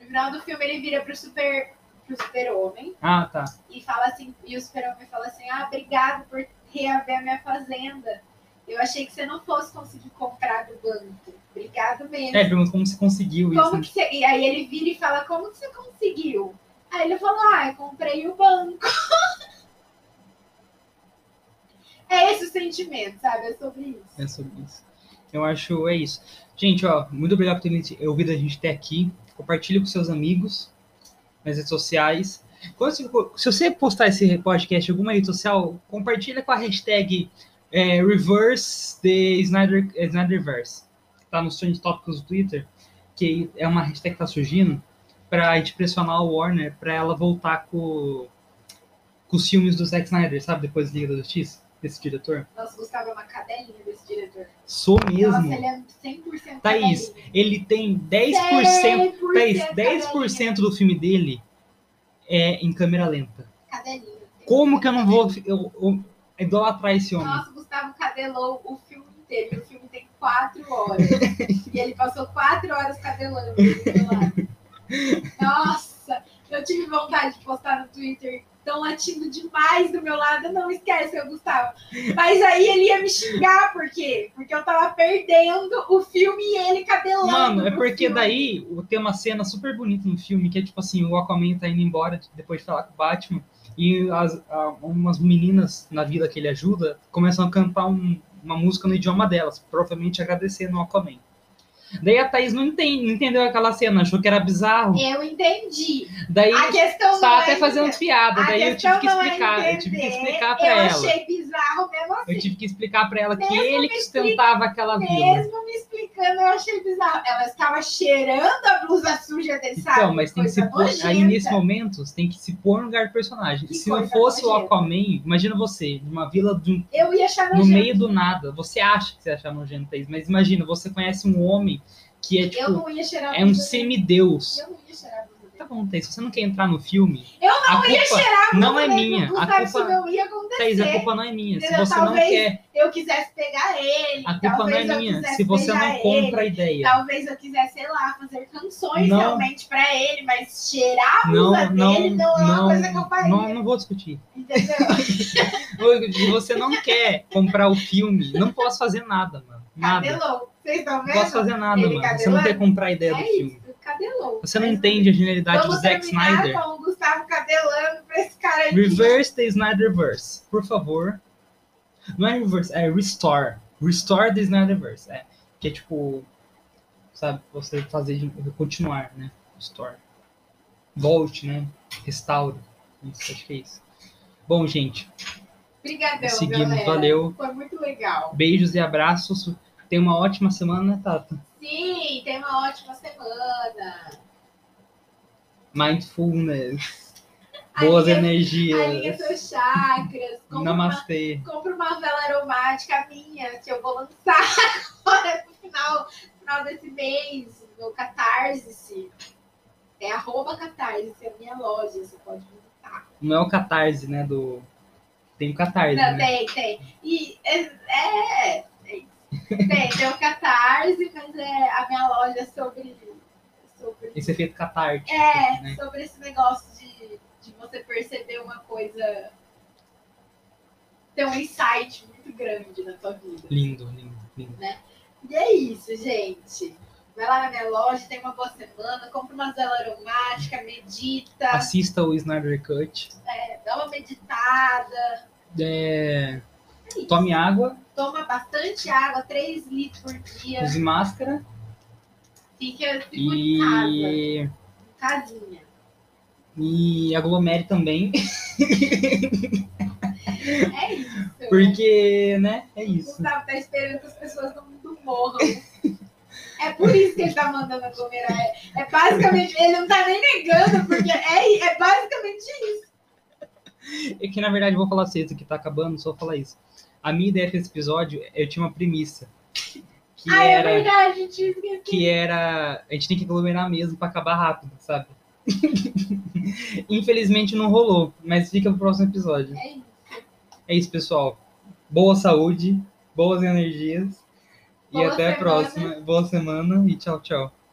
S2: No final do filme, ele vira pro super pro super-homem
S1: Ah, tá.
S2: e fala assim, e o super-homem fala assim, ah, obrigado por reaver a minha fazenda. Eu achei que você não fosse conseguir comprar do banco. Obrigado mesmo.
S1: É, ele pergunta como você conseguiu isso,
S2: Como
S1: né?
S2: que você... E aí ele vira e fala, como que você conseguiu? Aí ele falou, ah, eu comprei o banco. [LAUGHS] é esse o sentimento, sabe? É sobre isso.
S1: É sobre isso. Eu acho, é isso. Gente, ó, muito obrigado por terem ouvido a gente até aqui. Compartilhe com seus amigos nas redes sociais. Quando você for- se você postar esse podcast em alguma rede social, compartilha com a hashtag é, reverse the Snyder, é, Snyderverse. Tá nos trend tópicos do Twitter, que é uma hashtag que tá surgindo pra gente pressionar a Warner pra ela voltar com, com os filmes do Zack Snyder, sabe? Depois da Liga da Justiça, desse diretor.
S2: Nossa, o Gustavo é uma cadelinha desse diretor.
S1: Sou mesmo. Tá
S2: Nossa, ele é 100%
S1: Thaís,
S2: cadelinha.
S1: ele tem 10%, 10,
S2: 10%
S1: 10% do filme dele é em câmera lenta.
S2: cadelinha. Cadelinha.
S1: Como que eu não vou eu, eu, idolatrar esse homem?
S2: Nossa, o Gustavo cadelou o filme inteiro. E o filme tem 4
S1: [LAUGHS]
S2: horas. e ele passou 4 horas cadelando. sei lá. Nossa, eu tive vontade de postar no Twitter. Estão latindo demais do meu lado. Não esquece, eu, Gustavo. Mas aí ele ia me xingar, por quê? Porque eu tava perdendo o filme e ele cadelando.
S1: Mano, é
S2: no
S1: porque
S2: filme.
S1: daí o- tem uma cena super bonita no filme, que é tipo assim, o Aquaman tá indo embora de- depois de falar com o Batman, e as, a- umas meninas na vila que ele ajuda começam a cantar um- uma música no idioma delas, provavelmente agradecendo ao Aquaman. Daí a Thaís não, entende, não entendeu aquela cena, achou que era bizarro.
S2: Eu entendi.
S1: Daí
S2: A questão não
S1: Tá
S2: é
S1: até fazendo piada,
S2: A
S1: daí eu
S2: questão
S1: tive que
S2: não é
S1: explicar, eu tive que
S2: entender,
S1: explicar
S2: eu
S1: pra ela.
S2: achei bizarro mesmo assim.
S1: Eu tive que explicar pra ela que
S2: Mesmo
S1: ele
S2: me
S1: que sustentava aquela vila.
S2: Mesmo me explicando, eu achei bizarro. Ela estava cheirando a blusa suja dele, sabe?
S1: Então, mas tem que se
S2: Coisa
S1: pôr, aí
S2: nojenta.
S1: nesse momento, você tem que se pôr no lugar do personagem.
S2: Que
S1: se não
S2: coisa
S1: fosse o
S2: nojenta.
S1: Aquaman, imagina você, numa vila de um-
S2: Eu ia achar
S1: no
S2: nojento.
S1: meio do nada, você acha que você acha nojento isso, mas imagina, você conhece um homem que é
S2: Eu
S1: tipo,
S2: não ia cheirar a
S1: é um
S2: blusa dele.
S1: semideus.
S2: Eu não ia cheirar a blusa
S1: Tá
S2: dele.
S1: bom, Thaís, se você não quer entrar no filme,
S2: Eu
S1: a culpa
S2: ia cheirar a blusa
S1: não é
S2: dele,
S1: minha,
S2: Tu
S1: a
S2: sabe
S1: culpa-
S2: que não ia acontecer.
S1: Thaís, a culpa não é minha. Se
S2: Entendeu?
S1: você não
S2: Talvez
S1: quer,
S2: Eu quisesse pegar ele.
S1: a culpa não
S2: talvez
S1: é
S2: eu
S1: minha.
S2: quisesse
S1: Se você
S2: beijar
S1: não compra a
S2: ele,
S1: ideia.
S2: Talvez eu quisesse, sei lá, fazer canções
S1: Não.
S2: realmente pra ele, mas cheirar a
S1: não,
S2: blusa
S1: não,
S2: dele não é uma
S1: não,
S2: coisa que eu faria.
S1: não, não vou discutir.
S2: Entendeu?
S1: Se você
S2: [LAUGHS]
S1: não quer comprar o filme, não posso fazer nada, mano. Nada.
S2: Cadelou. Vocês estão
S1: Não
S2: vendo?
S1: posso fazer nada,
S2: Tá Ele
S1: mano. Você não quer
S2: cadelando?
S1: comprar a ideia do
S2: é
S1: filme.
S2: isso, Então cadelou.
S1: Você não
S2: Mas
S1: entende a genialidade do
S2: Vamos
S1: Zack
S2: terminar
S1: Snyder.
S2: com o Gustavo cadelando pra esse cara aí.
S1: Reverse the Snyderverse, por favor. Não é reverse, é restore. Restore the Snyderverse. É, que é tipo, sabe, você fazer de, continuar, né? Restore. Volte, né? Restaure. Isso, acho que é isso. Bom, gente,
S2: Obrigadão,
S1: seguimos.
S2: galera.
S1: Valeu.
S2: Foi muito legal.
S1: Beijos e abraços. Tenha uma ótima semana, né, Tata?
S2: Sim, tem uma ótima semana.
S1: Mindfulness. Boas
S2: Alinha- Alinha
S1: energias.
S2: seus chakras. Compra uma,
S1: Namastê.
S2: compra uma vela aromática minha, que eu vou lançar [LAUGHS] agora no final, final desse mês, no Catarse. É arroba Catarse, é a minha loja, você pode visitar.
S1: Não é o catarse, né? Do. Tem o Catarse,
S2: Não,
S1: né?
S2: tem, tem. E é, é, é isso. tem, tem o Catarse, mas é a minha loja é sobre. sobre
S1: Esse efeito catártico.
S2: é,
S1: né?
S2: sobre esse negócio de, de você perceber uma coisa. ter um insight muito grande na tua vida.
S1: Lindo, lindo, lindo.
S2: E é isso, gente. Vai lá na minha loja, tem uma boa semana, compra uma vela aromática, medita,
S1: Assista o Snyder Cut.
S2: é, dá uma meditada.
S1: É,
S2: É isso.
S1: Tome água,
S2: Toma bastante água, 3 litros por dia.
S1: use máscara
S2: É. Fica segura em casa,
S1: e,
S2: em casinha.
S1: e aglomere
S2: [LAUGHS]
S1: também.
S2: É isso.
S1: Porque, né? É
S2: O
S1: isso.
S2: Gustavo tá esperando que as pessoas do mundo morram. É por isso que ele tá mandando aglomerar. É, é basicamente, ele não tá nem negando, porque é, é basicamente
S1: É que na verdade eu vou falar sexta que tá acabando, só vou falar isso. A minha ideia pra esse episódio, eu tinha uma premissa. Que
S2: Ah, é
S1: era.
S2: verdade, gente eu esqueci.
S1: Que era. A gente tem que aglomerar mesmo pra acabar rápido, sabe? [LAUGHS] Infelizmente não rolou, mas fica pro próximo episódio.
S2: É isso.
S1: É isso, pessoal. Boa saúde, boas energias.
S2: Boa
S1: e até a
S2: semana.
S1: próxima. Boa semana e tchau, tchau.